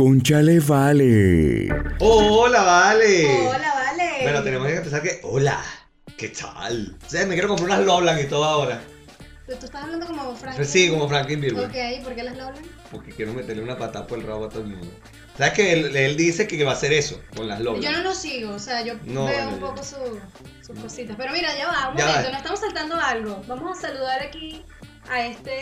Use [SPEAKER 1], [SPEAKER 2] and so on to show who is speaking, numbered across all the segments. [SPEAKER 1] Conchale Vale.
[SPEAKER 2] Hola, vale.
[SPEAKER 3] Hola, vale.
[SPEAKER 2] Bueno, tenemos que empezar que. Hola, ¿qué tal? O sea, me quiero comprar unas Loblan y todo ahora.
[SPEAKER 3] Pero tú estás hablando como Frank.
[SPEAKER 2] Sí, como Franklin Virgo.
[SPEAKER 3] Ok, ¿por qué las Lowland?
[SPEAKER 2] Porque quiero meterle una patada por el rabo a todo el mundo. ¿Sabes que él, él dice que va a hacer eso con las Loblan?
[SPEAKER 3] Yo no lo sigo, o sea, yo
[SPEAKER 2] No,
[SPEAKER 3] veo
[SPEAKER 2] vale,
[SPEAKER 3] un
[SPEAKER 2] ya.
[SPEAKER 3] poco su- sus cositas. Pero mira, ya va, un
[SPEAKER 2] Ya va.
[SPEAKER 3] momento, nos estamos saltando algo. Vamos a saludar aquí a este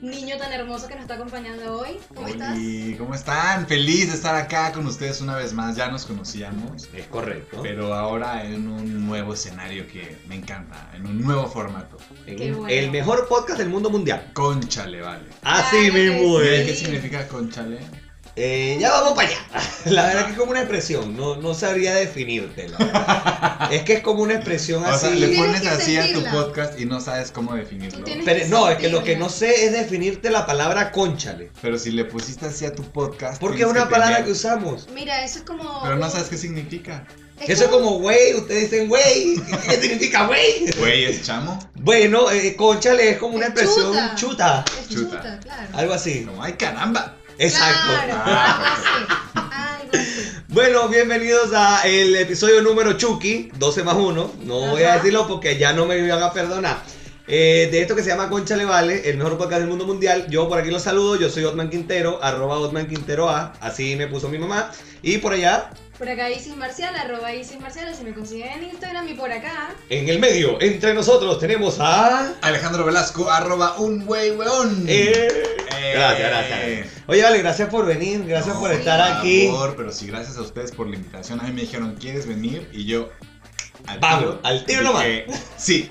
[SPEAKER 3] niño tan hermoso que nos está acompañando hoy. ¿Cómo estás?
[SPEAKER 4] Oli, ¿Cómo están? Feliz de estar acá con ustedes una vez más. Ya nos conocíamos,
[SPEAKER 2] Es correcto.
[SPEAKER 4] pero ahora en un nuevo escenario que me encanta, en un nuevo formato.
[SPEAKER 2] En
[SPEAKER 3] Qué
[SPEAKER 2] un-
[SPEAKER 3] bueno.
[SPEAKER 2] El mejor podcast del mundo mundial.
[SPEAKER 4] Conchale, vale.
[SPEAKER 2] Así
[SPEAKER 3] Claro
[SPEAKER 2] mismo
[SPEAKER 3] que
[SPEAKER 2] es.
[SPEAKER 3] Sí.
[SPEAKER 4] ¿Qué significa conchale?
[SPEAKER 2] Eh, ya vamos para allá. La verdad que es como una expresión, no, no sabría definirte. la verdad. es que es como una expresión
[SPEAKER 4] O sea,
[SPEAKER 2] así.
[SPEAKER 4] le
[SPEAKER 3] tienes
[SPEAKER 4] pones
[SPEAKER 3] que
[SPEAKER 4] así a tu
[SPEAKER 3] sentirla.
[SPEAKER 4] podcast y no sabes cómo definirlo.
[SPEAKER 3] Tú tienes-
[SPEAKER 2] Pero no, es que lo
[SPEAKER 3] sentirla.
[SPEAKER 2] que no sé es definirte la palabra conchale.
[SPEAKER 4] Pero si le pusiste así a tu podcast.
[SPEAKER 2] Porque es
[SPEAKER 4] tienes
[SPEAKER 2] una palabra que
[SPEAKER 4] tener-
[SPEAKER 2] usamos.
[SPEAKER 3] Mira, eso es como.
[SPEAKER 4] Pero no sabes qué significa.
[SPEAKER 2] Eso es como güey, ustedes dicen güey. ¿Qué significa güey?
[SPEAKER 4] Güey, es chamo.
[SPEAKER 2] Bueno, eh, conchale es como una
[SPEAKER 3] Es
[SPEAKER 2] expresión chuta.
[SPEAKER 3] chuta. Es
[SPEAKER 4] chuta.
[SPEAKER 3] chuta, claro.
[SPEAKER 2] algo así.
[SPEAKER 4] No, ay, caramba.
[SPEAKER 2] Exacto. Ah.
[SPEAKER 3] Claro, algo así. Algo así.
[SPEAKER 2] Bueno, bienvenidos a el episodio número Chucky, 12 más 1. No voy a
[SPEAKER 3] Ajá.
[SPEAKER 2] decirlo porque ya no me van a perdonar. Eh, de esto que se llama Concha Le Vale, el mejor podcast del mundo mundial. Yo por aquí los saludo, yo soy Otman Quintero, arroba Otman Quintero A, así me puso mi mamá. Y por allá,
[SPEAKER 3] Por acá Isis Marcial, arroba Isis Marcial, si me consiguen en Instagram y por acá.
[SPEAKER 2] en el medio, entre nosotros, tenemos a...
[SPEAKER 4] Alejandro Velasco, arroba un güey weón.
[SPEAKER 2] Eh,
[SPEAKER 4] Eh.
[SPEAKER 2] Gracias, gracias. Oye, Vale, gracias por venir, gracias
[SPEAKER 4] No,
[SPEAKER 2] por
[SPEAKER 3] sí,
[SPEAKER 2] estar
[SPEAKER 3] por
[SPEAKER 2] aquí.
[SPEAKER 4] favor, pero sí, gracias a ustedes por la invitación. A mí me dijeron, ¿quieres venir? Y yo. Al
[SPEAKER 2] Vamos, al tiro nomás.
[SPEAKER 4] dije, Sí.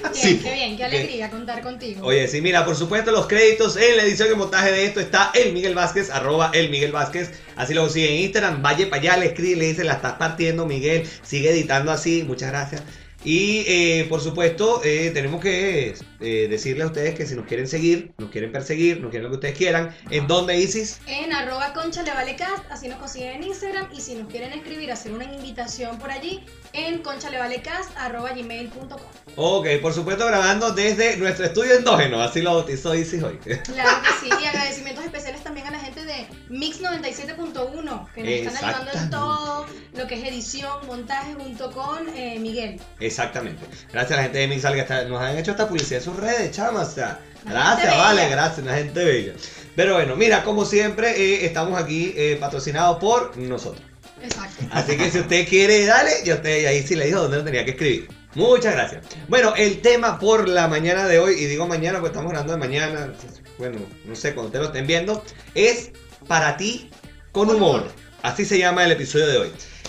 [SPEAKER 3] Bien,
[SPEAKER 4] Sí.
[SPEAKER 3] qué bien, qué alegría contar contigo.
[SPEAKER 2] Ah, Oye, sí, mira, por supuesto, los créditos en la edición y montaje de esto está el Miguel Vázquez, arroba el Miguel Vázquez. Así lo consigue en Instagram. Valle para allá, le escribe, le dice, la estás partiendo, Miguel. Sigue editando así, muchas gracias. Y eh, por supuesto, eh, tenemos que eh, decirle a ustedes que si nos quieren seguir, nos quieren perseguir, nos quieren lo que ustedes quieran, ¿en dónde, Isis?
[SPEAKER 3] En arroba concha le vale cast, así nos consiguen en Instagram y si nos quieren escribir, hacer una invitación por allí, en concha le vale cast, arroba gmail.com.
[SPEAKER 2] Ok, por supuesto, grabando desde nuestro estudio endógeno. Así lo bautizó Isis hoy.
[SPEAKER 3] Claro que sí, y agradecimientos especiales también a la gente de Mix 97.1, que nos están ayudando en
[SPEAKER 2] Exactamente.
[SPEAKER 3] todo lo que es edición, montaje, junto con eh, Miguel.
[SPEAKER 2] Exactamente. Gracias a la gente de Mixal que hasta- nos han hecho esta publicidad en sus redes, chamas. O sea,
[SPEAKER 3] La
[SPEAKER 2] gracias,
[SPEAKER 3] gente
[SPEAKER 2] vale,
[SPEAKER 3] bella.
[SPEAKER 2] gracias, una gente bella. Pero bueno, mira, como siempre, eh, estamos aquí eh, patrocinados por nosotros.
[SPEAKER 3] Exacto.
[SPEAKER 2] Así que si usted quiere, dale, y usted ahí sí le dijo dónde lo tenía que escribir. Muchas gracias. Bueno, el tema por la mañana de hoy, y digo mañana porque estamos hablando de mañana, bueno, no sé cuando ustedes lo estén viendo, es para ti con
[SPEAKER 3] Con
[SPEAKER 2] humor.
[SPEAKER 3] humor.
[SPEAKER 2] Así se llama el episodio de hoy.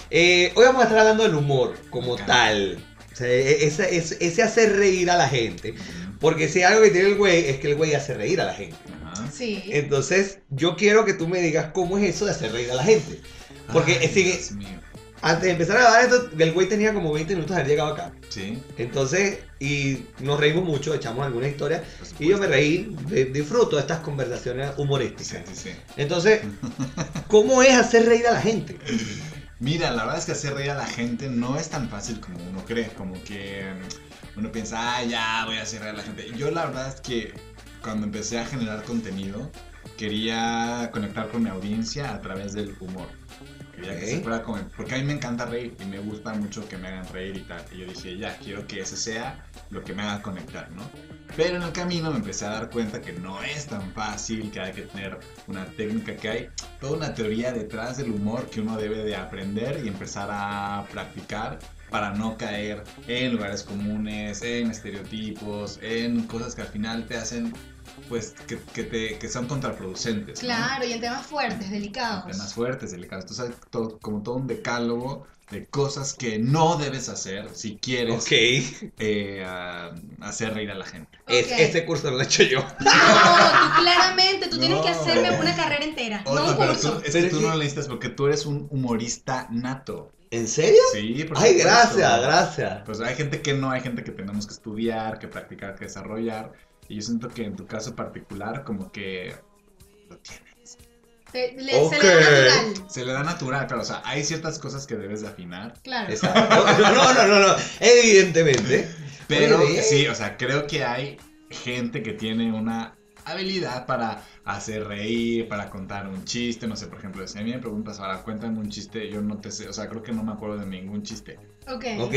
[SPEAKER 2] Eh, hoy vamos a estar hablando del humor como
[SPEAKER 4] Me encanta.
[SPEAKER 2] tal. O sea, e- ese, ese- ese hacer reír a la gente. Porque si hay algo que tiene el güey es que el güey hace reír a la gente.
[SPEAKER 4] Ajá.
[SPEAKER 3] Sí.
[SPEAKER 2] Entonces, yo quiero que tú me digas cómo es eso de hacer reír a la gente. Porque
[SPEAKER 4] Ay,
[SPEAKER 2] sigue-
[SPEAKER 4] Dios mío.
[SPEAKER 2] Antes de empezar a grabar esto, el güey tenía como 20 minutos de haber llegado acá.
[SPEAKER 4] Sí.
[SPEAKER 2] Entonces, y nos reímos mucho, echamos algunas historias.
[SPEAKER 4] por supuesto.
[SPEAKER 2] Y yo me reí, de- disfruto de estas conversaciones
[SPEAKER 4] Sí,
[SPEAKER 2] humorísticas.
[SPEAKER 4] sí, sí.
[SPEAKER 2] Entonces, ¿cómo es hacer reír a la gente?
[SPEAKER 4] Mira, la verdad es que hacer reír a la gente no es tan fácil como uno cree, como que mm, uno piensa, ah, ya voy a hacer reír a la gente. Yo la verdad es que cuando empecé a generar contenido, quería conectar con mi audiencia a través del humor. Quería que
[SPEAKER 2] Ok.
[SPEAKER 4] se fuera con... Porque a mí me encanta reír y me gusta mucho que me hagan reír y tal. Y yo dije, ya, quiero que ese sea lo que me haga conectar, ¿no? Pero en el camino me empecé a dar cuenta que no es tan fácil, que hay que tener una técnica, que hay toda una teoría detrás del humor que uno debe de aprender y empezar a practicar para no caer en lugares comunes, en estereotipos, en cosas que al final te hacen, pues, que, que te, que son contraproducentes. ¿no?
[SPEAKER 3] Claro, y en temas fuertes, delicados.
[SPEAKER 4] temas fuertes, delicados. Entonces hay todo- como todo un decálogo de cosas que no debes hacer si quieres
[SPEAKER 2] Es-
[SPEAKER 4] eh, ah, hacer reír a la gente.
[SPEAKER 3] Ok.
[SPEAKER 2] este curso lo he hecho yo.
[SPEAKER 3] No, tú claramente, tú tienes que
[SPEAKER 4] No.
[SPEAKER 3] hacerme una carrera entera, no
[SPEAKER 4] Otto,
[SPEAKER 3] un
[SPEAKER 4] pero
[SPEAKER 3] curso.
[SPEAKER 4] tú, es
[SPEAKER 2] Pero
[SPEAKER 4] que
[SPEAKER 2] es
[SPEAKER 4] tú
[SPEAKER 2] que-
[SPEAKER 4] no lo necesitas porque tú eres un humorista nato.
[SPEAKER 2] ¿En serio?
[SPEAKER 4] Sí, por
[SPEAKER 2] Ay,
[SPEAKER 4] supuesto.
[SPEAKER 2] gracias, gracias.
[SPEAKER 4] Pues hay gente que no, hay gente que tenemos que estudiar, que practicar, que desarrollar. Y yo siento que en tu caso particular, como que lo tienes.
[SPEAKER 3] Te- le- Se
[SPEAKER 2] Ok.
[SPEAKER 3] le da natural.
[SPEAKER 4] Se le da natural, pero o sea, hay ciertas cosas que debes de afinar.
[SPEAKER 3] Claro.
[SPEAKER 2] Exacto. No, no, no, no. Evidentemente.
[SPEAKER 4] Pero
[SPEAKER 2] Oye, ve.
[SPEAKER 4] sí, o sea, creo que hay gente que tiene una. hay- habilidad para hacer reír, para contar un chiste, no sé, por ejemplo, si a mí me preguntas ahora, cuéntame un chiste, yo no te sé, o sea, creo que no me acuerdo de ningún chiste.
[SPEAKER 3] Ok.
[SPEAKER 2] Ok,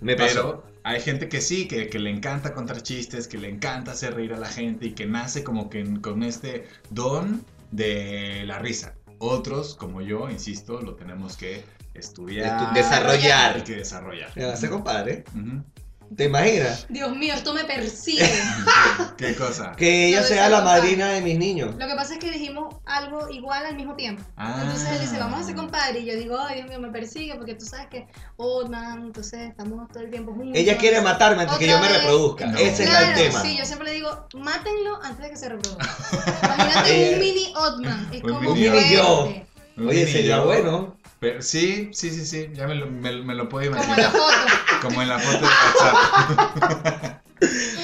[SPEAKER 2] me pasó.
[SPEAKER 4] Pero hay gente que sí, que, que le encanta contar chistes, que le encanta hacer reír a la gente y que nace como que en- con este don de la risa. Otros, como yo, insisto, lo tenemos que estudiar.
[SPEAKER 2] Estu-
[SPEAKER 4] Hay
[SPEAKER 2] desarrollar.
[SPEAKER 4] que desarrollar.
[SPEAKER 2] Me vas a compadre.
[SPEAKER 4] Ujú.
[SPEAKER 2] ¿Te imaginas?
[SPEAKER 3] Dios mío, esto me persigue.
[SPEAKER 4] ¿Qué cosa?
[SPEAKER 2] Que ella
[SPEAKER 3] No,
[SPEAKER 2] sea la
[SPEAKER 3] desarrollar.
[SPEAKER 2] madrina de mis niños.
[SPEAKER 3] Lo que pasa es que dijimos algo igual al mismo tiempo.
[SPEAKER 4] Ah.
[SPEAKER 3] Entonces él dice, vamos a ser compadre. Y yo digo, ay, Dios mío, me persigue porque tú sabes que, oh, man, entonces estamos todo el tiempo juntos.
[SPEAKER 2] Ella quiere matarme antes que yo
[SPEAKER 3] Otra
[SPEAKER 2] me
[SPEAKER 3] vez.
[SPEAKER 2] reproduzca.
[SPEAKER 4] No.
[SPEAKER 2] Ese
[SPEAKER 3] Claro,
[SPEAKER 2] es el tema.
[SPEAKER 3] sí, yo siempre le digo, mátenlo antes de que se reproduzca. Imagínate un mini Otman. Es
[SPEAKER 4] Un
[SPEAKER 3] como
[SPEAKER 4] mini
[SPEAKER 3] fuerte,
[SPEAKER 2] yo.
[SPEAKER 4] Un
[SPEAKER 2] Oye,
[SPEAKER 4] niño.
[SPEAKER 2] sería bueno.
[SPEAKER 4] Pero- sí, sí, sí, sí, ya me lo, me, lo- me lo puedo
[SPEAKER 3] Como la
[SPEAKER 4] imaginar.
[SPEAKER 3] foto.
[SPEAKER 4] Como en la foto de WhatsApp.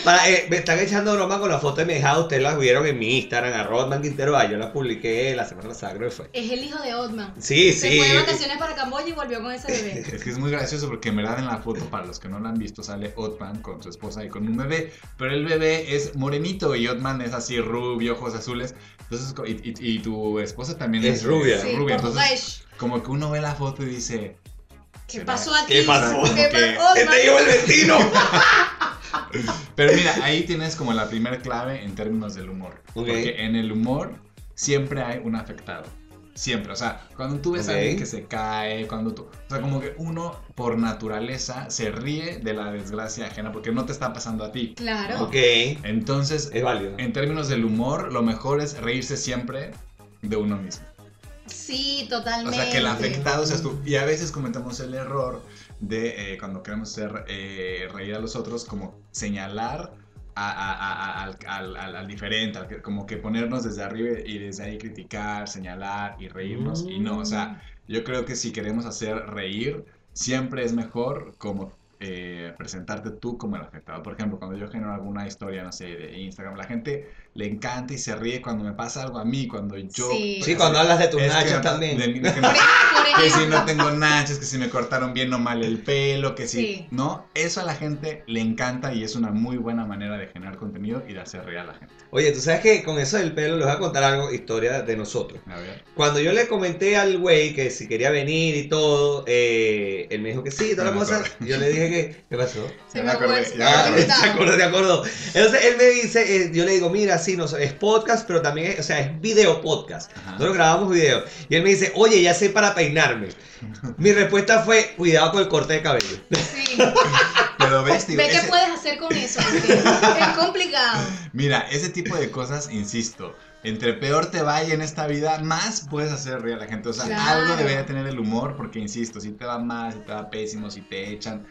[SPEAKER 2] Para, eh, me están echando broma con la foto de mi hija. Ustedes las vieron en mi Instagram, arroba Hotman Quintero. Ah, yo la publiqué la semana pasada, creo que fue.
[SPEAKER 3] Es el hijo de Otman.
[SPEAKER 2] Sí,
[SPEAKER 3] Se
[SPEAKER 2] sí.
[SPEAKER 3] fue de vacaciones para Camboya y volvió con ese bebé.
[SPEAKER 4] Es que es muy gracioso porque en verdad en la foto, para los que no la han visto, sale Otman con su esposa y con un bebé. Pero el bebé es morenito y Otman es así rubio, ojos azules. Entonces, co- y, y- y tu esposa también
[SPEAKER 2] Es rubia.
[SPEAKER 3] Sí,
[SPEAKER 4] rubia.
[SPEAKER 3] por
[SPEAKER 4] Entonces,
[SPEAKER 3] Resh.
[SPEAKER 4] como que uno ve la foto y dice,
[SPEAKER 3] ¿Qué
[SPEAKER 4] será-
[SPEAKER 3] pasó aquí?
[SPEAKER 2] ¿Qué pasó?
[SPEAKER 3] ¿Qué
[SPEAKER 4] ¿Qué?
[SPEAKER 3] pasó?
[SPEAKER 2] ¡Este dijo el vecino!
[SPEAKER 4] Pero mira, ahí tienes como la primera clave en términos del humor.
[SPEAKER 2] Ok.
[SPEAKER 4] Porque en el humor siempre hay un afectado. Siempre. O sea, cuando tú ves
[SPEAKER 2] Ok.
[SPEAKER 4] a alguien que se cae, cuando tú. O sea, como que uno por naturaleza se ríe de la desgracia ajena porque no te está pasando a ti.
[SPEAKER 3] Claro.
[SPEAKER 2] ok, es
[SPEAKER 4] Entonces,
[SPEAKER 2] válido.
[SPEAKER 4] en términos del humor, lo mejor es reírse siempre de uno mismo.
[SPEAKER 3] Sí, totalmente.
[SPEAKER 4] O sea, que el afectado seas tú. Y a veces cometemos el error de eh, cuando queremos hacer eh, reír a los otros, como señalar a- a- a- a- al, al- al- al diferente, al que- como que ponernos desde arriba y desde ahí criticar, señalar y reírnos. Y no, o sea, yo creo que si queremos hacer reír, siempre es mejor como eh, presentarte tú como el afectado. Por ejemplo, cuando yo genero alguna historia, no sé, de Instagram, la gente le encanta y se ríe cuando me pasa algo a mí, cuando yo...
[SPEAKER 3] Sí.
[SPEAKER 2] Sí, cuando hablas de tus
[SPEAKER 4] Es que
[SPEAKER 2] nachas
[SPEAKER 4] no-
[SPEAKER 2] también.
[SPEAKER 4] de- de que no-
[SPEAKER 3] Por ejemplo.
[SPEAKER 4] que si no tengo nachos, que si me cortaron bien o mal el pelo, que si...
[SPEAKER 3] Sí.
[SPEAKER 4] No, eso a la gente le encanta y es una muy buena manera de generar contenido y de hacer reír a la gente.
[SPEAKER 2] Oye, tú sabes que con eso del pelo les voy a contar algo, historia de nosotros.
[SPEAKER 4] A ver.
[SPEAKER 2] Cuando yo le comenté al güey que si quería venir y todo, eh, él me dijo que sí, toda la
[SPEAKER 4] Ah, No me
[SPEAKER 2] cosa. Yo le dije que, ¿qué pasó?
[SPEAKER 3] Se
[SPEAKER 4] Ya
[SPEAKER 3] me
[SPEAKER 4] me acordé,
[SPEAKER 3] acuerdo,
[SPEAKER 4] ya me
[SPEAKER 2] Ah,
[SPEAKER 3] se me
[SPEAKER 4] acordé.
[SPEAKER 2] te
[SPEAKER 3] acordaba.
[SPEAKER 2] acordó, te acordó. Entonces él me dice, eh, yo le digo, mira, sí, no, sé, es podcast, pero también es, o sea, es video podcast.
[SPEAKER 4] Ajá.
[SPEAKER 2] Nosotros grabamos video. Y él me dice, oye, ya sé para peinarme. Mi respuesta fue, cuidado con el corte de cabello.
[SPEAKER 3] Sí.
[SPEAKER 4] Pero ves, digo,
[SPEAKER 3] Ve qué
[SPEAKER 4] ese-
[SPEAKER 3] puedes hacer con eso. porque Es complicado.
[SPEAKER 4] mira, ese tipo de cosas, insisto, entre peor te vaya en esta vida, más puedes hacer reír a la gente. O sea,
[SPEAKER 3] Claro.
[SPEAKER 4] algo debería tener el humor porque, insisto, si te va mal, si te va pésimo, si te echan...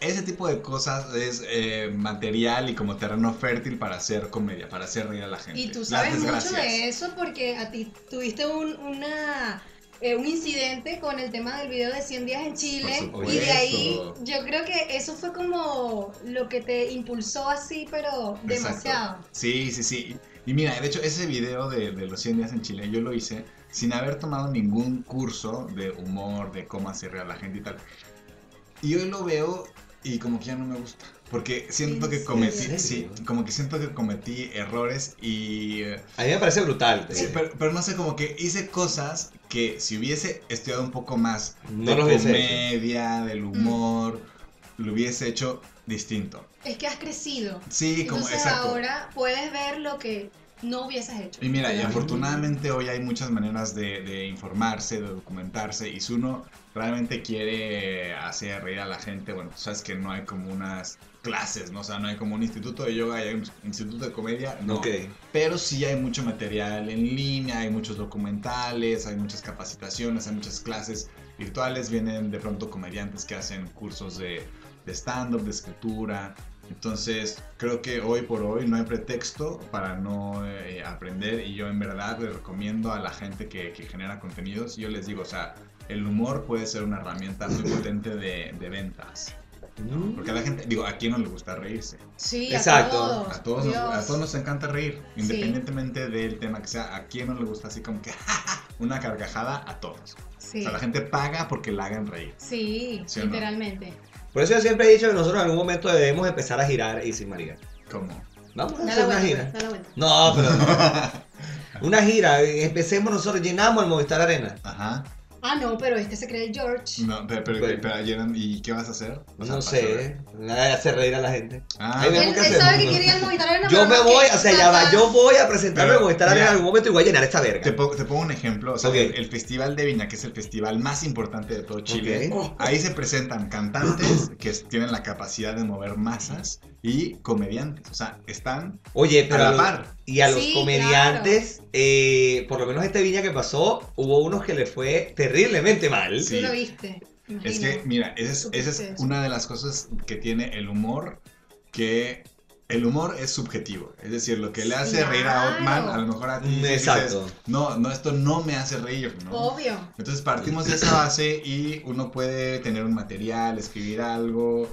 [SPEAKER 4] Ese tipo de cosas es eh, material y como terreno fértil para hacer comedia, para hacer reír a la gente.
[SPEAKER 3] Y tú
[SPEAKER 4] Las
[SPEAKER 3] sabes mucho
[SPEAKER 4] desgracias.
[SPEAKER 3] de eso porque a ti tuviste un, una, eh, un incidente con el tema del video de 100 días en Chile.
[SPEAKER 4] Por
[SPEAKER 3] Y de ahí
[SPEAKER 4] supuesto.
[SPEAKER 3] yo creo que eso fue como lo que te impulsó así, pero demasiado.
[SPEAKER 4] Sí, sí, sí. Y mira, de hecho, ese video de, de los 100 días en Chile, yo lo hice sin haber tomado ningún curso de humor, de cómo hacer reír a la gente y tal. Y hoy lo veo y como que ya no me gusta. Porque siento
[SPEAKER 3] ¿En
[SPEAKER 4] que
[SPEAKER 3] serio?
[SPEAKER 4] cometí,
[SPEAKER 2] ¿En
[SPEAKER 4] sí,
[SPEAKER 2] serio?
[SPEAKER 4] como que siento que cometí errores y... eh,
[SPEAKER 2] A mí me parece brutal. te
[SPEAKER 4] sí,
[SPEAKER 2] digo.
[SPEAKER 4] pero, pero no sé, como que hice cosas que si hubiese estudiado un poco más
[SPEAKER 2] No
[SPEAKER 4] de
[SPEAKER 2] los hubiese Mm.
[SPEAKER 4] comedia, del humor, lo hubiese hecho distinto.
[SPEAKER 3] Es que has crecido.
[SPEAKER 4] Sí, como,
[SPEAKER 3] Entonces
[SPEAKER 4] exacto.
[SPEAKER 3] ahora puedes ver lo que no hubieses hecho.
[SPEAKER 4] Y mira, y
[SPEAKER 3] Pero-
[SPEAKER 4] afortunadamente hoy hay muchas maneras de, de informarse, de documentarse, y si uno realmente quiere hacer reír a la gente, bueno, tú sabes que no hay como unas clases, ¿no? O sea, no hay como un instituto de yoga, y hay un instituto de comedia, no.
[SPEAKER 2] Ok.
[SPEAKER 4] Pero sí hay mucho material en línea, hay muchos documentales, hay muchas capacitaciones, hay muchas clases virtuales, vienen de pronto comediantes que hacen cursos de, de stand-up, de escritura. Entonces, creo que hoy por hoy no hay pretexto para no eh, aprender y yo en verdad le recomiendo a la gente que, que genera contenidos, yo les digo, o sea, el humor puede ser una herramienta muy potente de, de ventas. Porque a la gente, digo, ¿a quién no le gusta reírse?
[SPEAKER 3] Sí,
[SPEAKER 2] Exacto.
[SPEAKER 3] a todos.
[SPEAKER 4] A todos, nos,
[SPEAKER 3] Dios.
[SPEAKER 4] a todos nos encanta reír,
[SPEAKER 3] Sí.
[SPEAKER 4] independientemente del tema que sea. ¿A quién no le gusta así como que una carcajada? A todos. O
[SPEAKER 3] Sí,
[SPEAKER 4] sea, la gente paga porque la hagan reír.
[SPEAKER 3] sí,
[SPEAKER 4] ¿Sí o no?
[SPEAKER 3] literalmente.
[SPEAKER 2] Por eso yo siempre he dicho que nosotros en algún momento debemos empezar a girar y sin María.
[SPEAKER 4] Como,
[SPEAKER 2] Vamos a
[SPEAKER 3] Da
[SPEAKER 2] hacer
[SPEAKER 3] la
[SPEAKER 2] una
[SPEAKER 3] vuelta,
[SPEAKER 2] gira.
[SPEAKER 3] pues, da la vuelta.
[SPEAKER 2] No, pero. Una gira, eh, empecemos nosotros, llenamos el Movistar Arena.
[SPEAKER 4] Ajá.
[SPEAKER 3] Ah, no, pero este se cree el George.
[SPEAKER 4] No, pero, pero-
[SPEAKER 2] Bueno.
[SPEAKER 4] pero ayer, ¿y qué vas a hacer? O sea,
[SPEAKER 2] No
[SPEAKER 4] vas a
[SPEAKER 2] sé,
[SPEAKER 4] ver.
[SPEAKER 2] eh, nada hace reír a la gente.
[SPEAKER 4] Ah,
[SPEAKER 2] Ahí
[SPEAKER 3] Él,
[SPEAKER 2] vemos
[SPEAKER 3] él
[SPEAKER 2] qué hacemos.
[SPEAKER 3] sabe que quiere ir al Movistar Arena.
[SPEAKER 2] Yo
[SPEAKER 3] pero
[SPEAKER 2] me
[SPEAKER 3] no
[SPEAKER 2] voy,
[SPEAKER 3] que-
[SPEAKER 2] o sea, ya va, yo voy a presentarme
[SPEAKER 4] Pero,
[SPEAKER 2] al Movistar Arena en
[SPEAKER 4] mira.
[SPEAKER 2] algún momento y voy a llenar esta verga.
[SPEAKER 4] Te pongo, te pongo un ejemplo, o sea,
[SPEAKER 2] Ok.
[SPEAKER 4] el, el Festival de Viña, que es el festival más importante de todo Chile,
[SPEAKER 2] Ok.
[SPEAKER 3] Oh.
[SPEAKER 4] ahí se presentan cantantes que s- tienen la capacidad de mover masas y comediantes, o sea, están
[SPEAKER 2] Oye, pero
[SPEAKER 4] a
[SPEAKER 2] a
[SPEAKER 4] la
[SPEAKER 2] los-
[SPEAKER 4] par.
[SPEAKER 2] y a los
[SPEAKER 3] Sí,
[SPEAKER 2] comediantes, eh, por lo menos este viña que pasó, hubo unos que le fue terriblemente mal.
[SPEAKER 4] Sí.
[SPEAKER 3] Tú lo viste.
[SPEAKER 4] Es
[SPEAKER 3] imagino.
[SPEAKER 4] que, mira, esa es, esa es
[SPEAKER 3] Supiste.
[SPEAKER 4] una de las cosas que tiene el humor, que el humor es subjetivo, es decir, lo que le hace reír a Otman, a lo mejor a ti
[SPEAKER 2] Mm,
[SPEAKER 4] dices,
[SPEAKER 2] Exacto.
[SPEAKER 4] no, no, esto no me hace reír, ¿no?
[SPEAKER 3] Obvio.
[SPEAKER 4] Entonces partimos de esa base y uno puede tener un material, escribir algo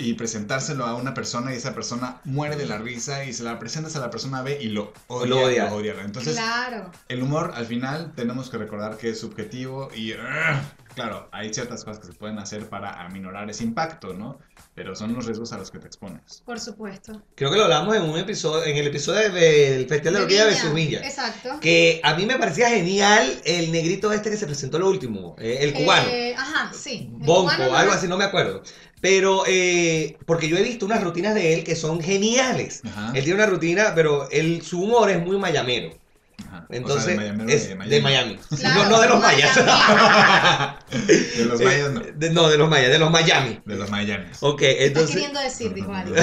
[SPEAKER 4] y presentárselo a una persona y esa persona muere de la risa y se la presentas a la persona B y lo odia.
[SPEAKER 2] Lo odia.
[SPEAKER 4] lo odia. Entonces
[SPEAKER 3] claro.
[SPEAKER 4] el humor al final tenemos que recordar que es subjetivo y ugh, claro, hay ciertas cosas que se pueden hacer para aminorar ese impacto, ¿no? Pero son los riesgos a los que te expones.
[SPEAKER 3] Por supuesto.
[SPEAKER 2] Creo que lo hablamos en un episodio, en el episodio de- del Festival de la Orquídea de
[SPEAKER 3] Viña.
[SPEAKER 2] su Viña.
[SPEAKER 3] Exacto.
[SPEAKER 2] Que a mí me parecía genial el negrito este que se presentó lo último, eh, el cubano.
[SPEAKER 3] Eh, ajá, sí. El
[SPEAKER 2] Bonco,
[SPEAKER 3] cubano no
[SPEAKER 2] algo
[SPEAKER 3] es-
[SPEAKER 2] así, no me acuerdo. Pero, eh, porque yo he visto unas rutinas de él que son geniales.
[SPEAKER 4] Ajá.
[SPEAKER 2] Él tiene una rutina, pero él, su humor es muy mayamero.
[SPEAKER 4] ajá. O sea,
[SPEAKER 2] Entonces,
[SPEAKER 4] de Miami,
[SPEAKER 2] es
[SPEAKER 4] de Miami.
[SPEAKER 2] de Miami.
[SPEAKER 3] Claro,
[SPEAKER 2] no, no de los mayas.
[SPEAKER 4] De los mayas, no.
[SPEAKER 2] Eh, de- no, de los mayas, de los Miami.
[SPEAKER 4] De los mayanes.
[SPEAKER 2] Ok,
[SPEAKER 3] Está
[SPEAKER 2] entonces,
[SPEAKER 3] queriendo decir, dijo algo.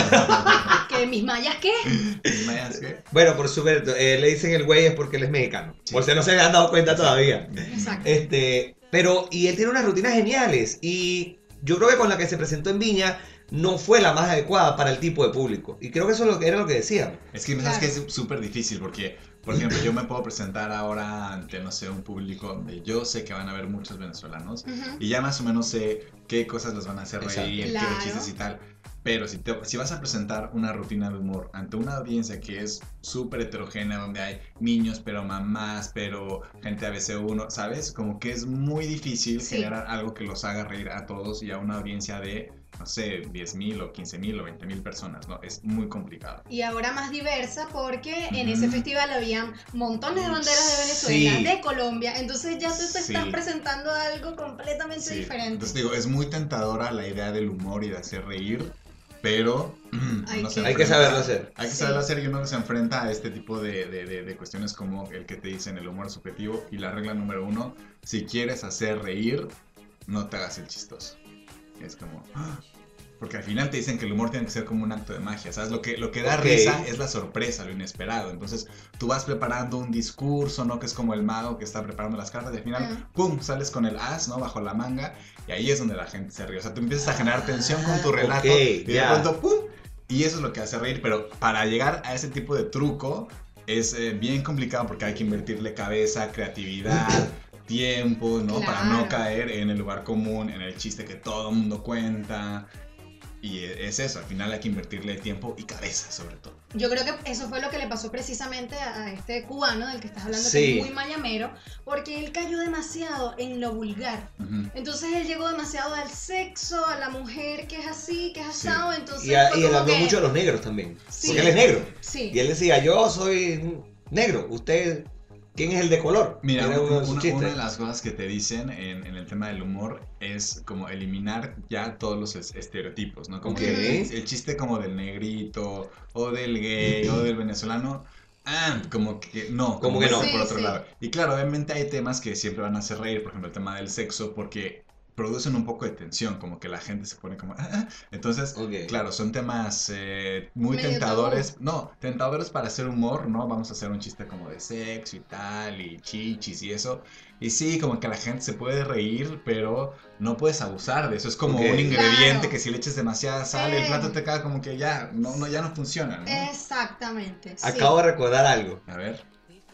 [SPEAKER 3] ¿Que mis mayas qué?
[SPEAKER 4] ¿Los mayas qué?
[SPEAKER 2] bueno, por supuesto, eh, le dicen el güey es porque él es mexicano.
[SPEAKER 4] Sí.
[SPEAKER 2] Por si no se han dado cuenta todavía.
[SPEAKER 3] Exacto.
[SPEAKER 2] Este, pero, y él tiene unas rutinas geniales. Y yo creo que con la que se presentó en Viña no fue la más adecuada para el tipo de público. Y creo que eso es lo que era lo que decían.
[SPEAKER 4] Es que sabes
[SPEAKER 3] Claro.
[SPEAKER 4] que
[SPEAKER 2] Eh.
[SPEAKER 4] es súper difícil porque, por ejemplo, yo me puedo presentar ahora ante, no sé, un público donde yo sé que van a haber muchos venezolanos
[SPEAKER 3] Ujú.
[SPEAKER 4] y ya más o menos sé qué cosas los van a hacer reír,
[SPEAKER 3] Exacto.
[SPEAKER 4] qué
[SPEAKER 3] Claro.
[SPEAKER 4] chistes y tal. Pero si, te- si vas a presentar una rutina de humor ante una audiencia que es súper heterogénea, donde hay niños, pero mamás, pero gente ABC1, ¿sabes? Como que es muy difícil
[SPEAKER 3] Sí.
[SPEAKER 4] generar algo que los haga reír a todos y a una audiencia de, no sé, 10.000 o 15.000 o 20.000 personas, ¿no? Es muy complicado.
[SPEAKER 3] Y ahora más diversa porque en
[SPEAKER 4] Ujú.
[SPEAKER 3] ese festival habían montones de banderas de Venezuela,
[SPEAKER 2] Sí.
[SPEAKER 3] de Colombia. Entonces ya tú te
[SPEAKER 4] Sí.
[SPEAKER 3] estás presentando algo completamente
[SPEAKER 4] Sí,
[SPEAKER 3] diferente.
[SPEAKER 4] Entonces digo, es muy tentadora la idea del humor y de hacer reír, pero mm,
[SPEAKER 3] Hay
[SPEAKER 4] uno se
[SPEAKER 3] que-
[SPEAKER 2] Hay que
[SPEAKER 4] enfrenta-
[SPEAKER 2] saberlo hacer.
[SPEAKER 4] Hay que
[SPEAKER 3] Sí.
[SPEAKER 4] saberlo hacer y uno se enfrenta a este tipo de, de- de- de cuestiones como el que te dicen el humor subjetivo y la regla número uno, si quieres hacer reír, no te hagas el chistoso. Es como... ¡ah! Porque al final te dicen que el humor tiene que ser como un acto de magia, ¿sabes? Lo que, lo que da
[SPEAKER 2] Ok.
[SPEAKER 4] risa es la sorpresa, lo inesperado. Entonces tú vas preparando un discurso, ¿no? Que es como el mago que está preparando las cartas y al final, ¡pum!, sales con el as, ¿no? Bajo la manga y ahí es donde la gente se ríe. O sea, tú empiezas a generar tensión con tu
[SPEAKER 2] Ah,
[SPEAKER 4] relato
[SPEAKER 2] ok,
[SPEAKER 4] y de
[SPEAKER 2] ya.
[SPEAKER 4] pronto ¡pum! Y eso es lo que hace reír, pero para llegar a ese tipo de truco es eh, bien complicado porque hay que invertirle cabeza, creatividad, tiempo, ¿no? Para no
[SPEAKER 3] Claro.
[SPEAKER 4] caer en el lugar común, en el chiste que todo el mundo cuenta. Y e- es eso, al final hay que invertirle tiempo y cabeza sobre todo.
[SPEAKER 3] Yo creo que eso fue lo que le pasó precisamente a, a este cubano del que estás hablando,
[SPEAKER 2] Sí.
[SPEAKER 3] que es muy mañamero, porque él cayó demasiado en lo vulgar.
[SPEAKER 4] Ujú.
[SPEAKER 3] Entonces él llegó demasiado al sexo, a la mujer que es así, que es
[SPEAKER 4] Sí.
[SPEAKER 3] asado, entonces
[SPEAKER 2] Y, a-
[SPEAKER 3] fue
[SPEAKER 2] y él
[SPEAKER 3] como
[SPEAKER 2] habló
[SPEAKER 3] que-
[SPEAKER 2] mucho de los negros también.
[SPEAKER 3] Sí.
[SPEAKER 2] Porque él es negro.
[SPEAKER 3] Sí.
[SPEAKER 2] Y él decía, yo soy negro. Usted, ¿quién es el de color?
[SPEAKER 4] Mira,
[SPEAKER 2] Era
[SPEAKER 4] un-
[SPEAKER 2] uno de
[SPEAKER 4] una,
[SPEAKER 2] sus chistes.
[SPEAKER 4] una de las cosas que te dicen en, en el tema del humor es como eliminar ya todos los es- estereotipos, ¿no? Como
[SPEAKER 2] Ok.
[SPEAKER 4] que el, el chiste como del negrito, o del gay, o del venezolano, ah, como que no,
[SPEAKER 2] Como que
[SPEAKER 4] ese
[SPEAKER 2] no.
[SPEAKER 4] por
[SPEAKER 3] Sí,
[SPEAKER 4] otro
[SPEAKER 3] sí.
[SPEAKER 4] lado. Y claro, obviamente hay temas que siempre van a hacer reír, por ejemplo, el tema del sexo, porque producen un poco de tensión, como que la gente se pone como, "Ah, ah". entonces...
[SPEAKER 2] Ok.
[SPEAKER 4] Claro, son temas eh, muy
[SPEAKER 3] Medio
[SPEAKER 4] tentadores. No, tentadores para hacer humor, ¿no? Vamos a hacer un chiste como de sexo y tal, y chichis y eso. Y sí, como que la gente se puede reír, pero no puedes abusar de eso. Es como
[SPEAKER 2] Ok.
[SPEAKER 4] un ingrediente
[SPEAKER 3] Claro.
[SPEAKER 4] que si le eches demasiada sal, el
[SPEAKER 3] Sí.
[SPEAKER 4] plato te queda como que ya no, no, ya no funciona, ¿no?
[SPEAKER 3] Exactamente. sí.
[SPEAKER 2] Acabo de recordar algo.
[SPEAKER 4] A ver.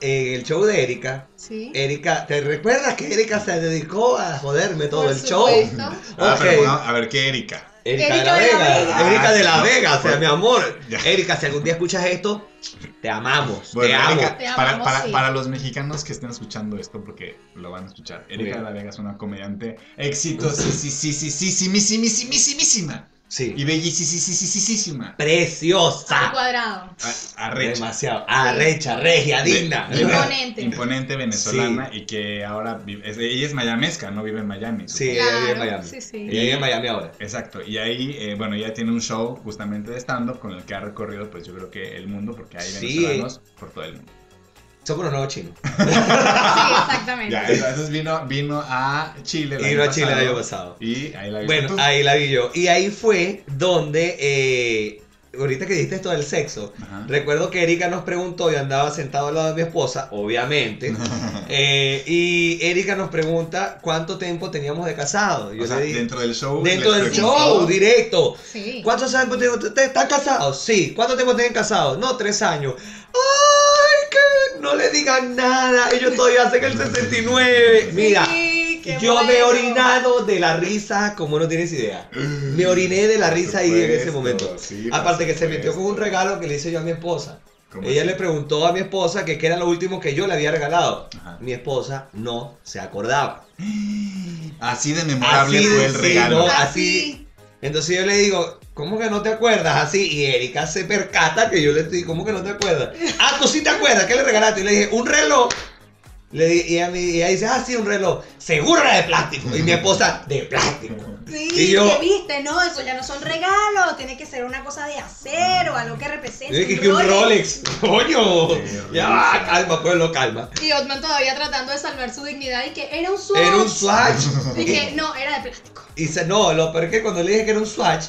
[SPEAKER 2] En el show de Erika,
[SPEAKER 3] Sí.
[SPEAKER 2] Erika, ¿te recuerdas que Erika se dedicó a joderme todo
[SPEAKER 3] Por
[SPEAKER 2] el show?
[SPEAKER 3] supuesto.
[SPEAKER 4] Ah,
[SPEAKER 2] Ok.
[SPEAKER 4] pero bueno, a ver, ¿qué Erika?
[SPEAKER 2] Erika,
[SPEAKER 3] Erika
[SPEAKER 2] de la Vega. Erika de la
[SPEAKER 4] Ah,
[SPEAKER 2] Vega, o sea,
[SPEAKER 4] bueno.
[SPEAKER 2] mi amor.
[SPEAKER 4] Ya.
[SPEAKER 2] Erika, si algún día escuchas esto, te amamos, te
[SPEAKER 4] Bueno,
[SPEAKER 2] amo.
[SPEAKER 4] Erika,
[SPEAKER 3] Te amo,
[SPEAKER 4] para, para-
[SPEAKER 3] sí.
[SPEAKER 4] para los mexicanos que estén escuchando esto, porque lo van a escuchar,
[SPEAKER 2] bien.
[SPEAKER 4] Erika de la Vega es una comediante exitosísima.
[SPEAKER 2] Sí.
[SPEAKER 4] Y bellísima.
[SPEAKER 3] Al
[SPEAKER 2] Preciosa.
[SPEAKER 3] cuadrado.
[SPEAKER 4] Arrecha.
[SPEAKER 2] Demasiado. Arrecha, regia, digna.
[SPEAKER 4] De- de verdad.
[SPEAKER 3] Imponente.
[SPEAKER 4] Imponente venezolana y que ahora vive- es- ella es mayamesca, no vive en Miami.
[SPEAKER 2] Sí,
[SPEAKER 4] supongo.
[SPEAKER 2] ella vive en
[SPEAKER 3] Claro,
[SPEAKER 2] Miami.
[SPEAKER 3] sí, sí.
[SPEAKER 2] Ella vive en Miami ahora.
[SPEAKER 4] Exacto, y ahí, eh, bueno, ella tiene un show justamente de stand-up con el que ha recorrido, pues yo creo que el mundo, porque hay
[SPEAKER 2] Sí.
[SPEAKER 4] venezolanos por todo el mundo.
[SPEAKER 2] Somos los nuevos chinos.
[SPEAKER 3] Sí, exactamente.
[SPEAKER 4] Ya, entonces vino, vino a Chile. el
[SPEAKER 2] Y
[SPEAKER 4] año
[SPEAKER 2] vino a Chile el
[SPEAKER 4] pasado,
[SPEAKER 2] año pasado.
[SPEAKER 4] Y ahí la viste
[SPEAKER 2] Bueno,
[SPEAKER 4] tú.
[SPEAKER 2] ahí la vi yo. Y ahí fue donde, eh, ahorita que dijiste esto del sexo,
[SPEAKER 4] Ajá.
[SPEAKER 2] recuerdo que Erika nos preguntó, yo andaba sentado al lado de mi esposa, obviamente, eh, y Erika nos pregunta cuánto tiempo teníamos de casado. Yo
[SPEAKER 4] O sea,
[SPEAKER 2] le dije, dentro,
[SPEAKER 4] dentro del show. les
[SPEAKER 2] del
[SPEAKER 4] preguntó,
[SPEAKER 2] show, directo.
[SPEAKER 3] Sí.
[SPEAKER 2] ¿Cuánto tiempo tienen? ¿Ustedes están casados? Sí. ¿Cuánto tiempo tienen casados? No, tres años. ¡Ay, que no le digan nada! Ellos todavía hacen el 69. Mira.
[SPEAKER 3] Sí, qué
[SPEAKER 2] Yo me he
[SPEAKER 3] bueno.
[SPEAKER 2] orinado de la risa, como no tienes idea. Me oriné de la
[SPEAKER 4] Por
[SPEAKER 2] risa ahí en ese
[SPEAKER 4] supuesto,
[SPEAKER 2] momento.
[SPEAKER 4] sí, por
[SPEAKER 2] Aparte que se
[SPEAKER 4] supuesto.
[SPEAKER 2] metió con un regalo que le hice yo a mi esposa.
[SPEAKER 4] ¿Cómo
[SPEAKER 2] Ella
[SPEAKER 4] así?
[SPEAKER 2] le preguntó a mi esposa que qué era lo último que yo le había regalado.
[SPEAKER 4] Ajá.
[SPEAKER 2] Mi esposa no se acordaba.
[SPEAKER 4] Así de memorable
[SPEAKER 2] Así de-
[SPEAKER 4] fue el
[SPEAKER 2] sí,
[SPEAKER 4] regalo.
[SPEAKER 2] ¿no?
[SPEAKER 3] Ah,
[SPEAKER 2] Así. Entonces yo le digo, ¿cómo que no te acuerdas? Así, y Erika se percata que yo le estoy, ¿cómo que no te acuerdas? Ah, tú sí te acuerdas, ¿qué le regalaste? Y le dije, un reloj. Le di- y, a mí, y ella dice, ah, sí, un reloj. Seguro era de plástico. Y mi esposa, de plástico.
[SPEAKER 3] Sí,
[SPEAKER 2] Y yo-
[SPEAKER 3] que viste, no, eso ya no son regalos, tiene que ser una cosa de acero, algo que represente.
[SPEAKER 2] Yo dije que un Rolex, coño.
[SPEAKER 4] Qué
[SPEAKER 2] Ya va,
[SPEAKER 4] risa.
[SPEAKER 2] calma, pueblo, calma.
[SPEAKER 3] Y Otman todavía tratando de salvar su dignidad y que era un swatch.
[SPEAKER 2] Era un swatch.
[SPEAKER 3] Y que no, era de plástico.
[SPEAKER 2] Y dice, no, lo peor es que cuando le dije que era un swatch,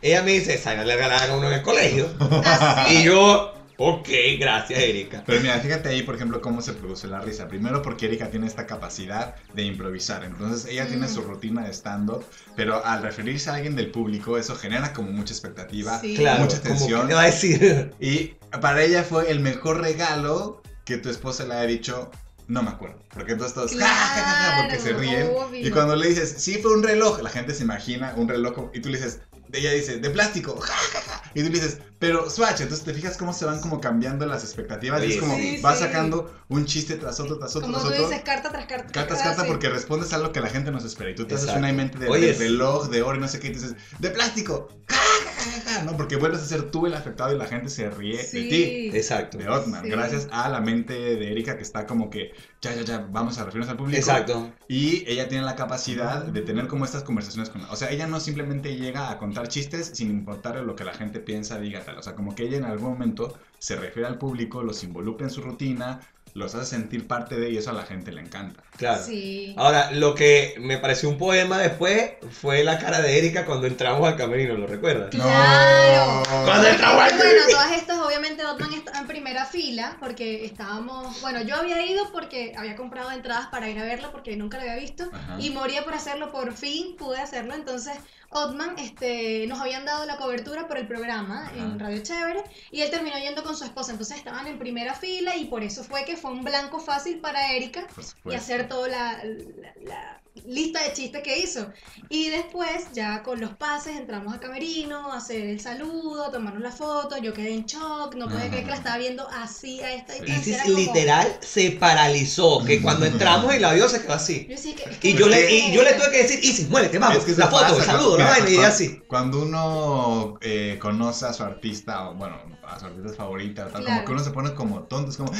[SPEAKER 2] ella me dice, esa no le regalaron uno en el colegio.
[SPEAKER 3] Así.
[SPEAKER 2] Y yo, ok, gracias, Erika.
[SPEAKER 4] Pero mira, fíjate ahí, por ejemplo, cómo se produce la risa. Primero porque Erika tiene esta capacidad de improvisar. Entonces ella tiene
[SPEAKER 3] Mm.
[SPEAKER 4] su rutina de stand-up, pero al referirse a alguien del público, eso genera como mucha expectativa.
[SPEAKER 3] Sí.
[SPEAKER 2] Claro,
[SPEAKER 4] Mucha
[SPEAKER 2] como
[SPEAKER 4] tensión.
[SPEAKER 2] que te va a decir.
[SPEAKER 4] Y para ella fue el mejor regalo que tu esposa le haya dicho, no me acuerdo. Porque entonces todos, "Ja, ja, ja, ja", porque se
[SPEAKER 3] Claro,
[SPEAKER 4] ríen.
[SPEAKER 3] obvio.
[SPEAKER 4] Y cuando le dices, sí, fue un reloj, la gente se imagina un reloj y tú le dices, ella dice, de plástico, ja, ja, ja". Y tú le dices, pero swatch, entonces te fijas cómo se van como cambiando las expectativas y
[SPEAKER 2] Oye,
[SPEAKER 4] es como
[SPEAKER 3] sí,
[SPEAKER 4] vas
[SPEAKER 3] sí.
[SPEAKER 4] sacando un chiste tras otro, tras otro,
[SPEAKER 3] Como tú
[SPEAKER 4] tras otro.
[SPEAKER 3] dices, carta tras carta. tras
[SPEAKER 4] Cartas, carta
[SPEAKER 3] sí.
[SPEAKER 4] porque respondes a algo que la gente nos espera. Y tú te haces
[SPEAKER 2] Exacto.
[SPEAKER 4] una mente de,
[SPEAKER 2] Oye,
[SPEAKER 4] de
[SPEAKER 2] es-
[SPEAKER 4] reloj, de oro y no sé qué, y dices, de plástico. ¡Ja, ja, ja, ja! No, porque vuelves a ser tú el afectado y la gente se ríe de ti.
[SPEAKER 3] Sí.
[SPEAKER 2] Exacto.
[SPEAKER 4] De Otman,
[SPEAKER 3] Sí.
[SPEAKER 4] gracias a la mente de Erika que está como que ya, ya, ya, vamos a referirnos al público.
[SPEAKER 2] Exacto.
[SPEAKER 4] Y ella tiene la capacidad de tener como estas conversaciones con... O sea, ella no simplemente llega a contar chistes sin importarle lo que la gente piensa, diga tal. O sea, como que ella en algún momento se refiere al público, los involucra en su rutina, los hace sentir parte de y eso a la gente le encanta.
[SPEAKER 2] Claro.
[SPEAKER 3] Sí.
[SPEAKER 2] Ahora, lo que me pareció un poema después fue la cara de Erika cuando entramos al camerino, ¿lo recuerdas?
[SPEAKER 3] No. Claro.
[SPEAKER 2] Cuando entramos al
[SPEAKER 3] Bueno,
[SPEAKER 2] camerino.
[SPEAKER 3] todas estas obviamente Otman está en primera fila porque estábamos, bueno, yo había ido porque había comprado entradas para ir a verlo porque nunca lo había visto
[SPEAKER 4] Ajá.
[SPEAKER 3] y moría por hacerlo, por fin pude hacerlo, entonces Otman este, nos habían dado la cobertura por el programa
[SPEAKER 4] Ajá.
[SPEAKER 3] en Radio Chévere y él terminó yendo con su esposa, entonces estaban en primera fila y por eso fue que fue un blanco fácil para Erika
[SPEAKER 4] Por
[SPEAKER 3] y
[SPEAKER 2] Pues,
[SPEAKER 4] supuesto.
[SPEAKER 2] ah.
[SPEAKER 3] hacer toda la, la- la lista de chistes que hizo. Y después, ya con los pases, entramos a Camerino, a hacer el saludo, tomarnos la foto. Yo quedé en shock, no podía creer que la estaba viendo así a esta distancia.
[SPEAKER 2] Isis
[SPEAKER 3] era como-
[SPEAKER 2] literal se paralizó, que cuando entramos y la vio se quedó así.
[SPEAKER 3] Yo decía, ¿qué- qué
[SPEAKER 2] Y yo, le, y yo le
[SPEAKER 3] es
[SPEAKER 2] tuve que decir, Isis, muérete, Eh, vamos,
[SPEAKER 4] Es que eso
[SPEAKER 2] la foto,
[SPEAKER 4] pasa
[SPEAKER 2] el saludo,
[SPEAKER 4] cuando-
[SPEAKER 2] la
[SPEAKER 4] mira,
[SPEAKER 2] vaina, y ella
[SPEAKER 4] cuando-
[SPEAKER 2] así.
[SPEAKER 4] Cuando uno eh, conoce a su artista, o bueno, a su artista favorita, o tal,
[SPEAKER 3] Claro.
[SPEAKER 4] como que uno se pone como tonto, es como,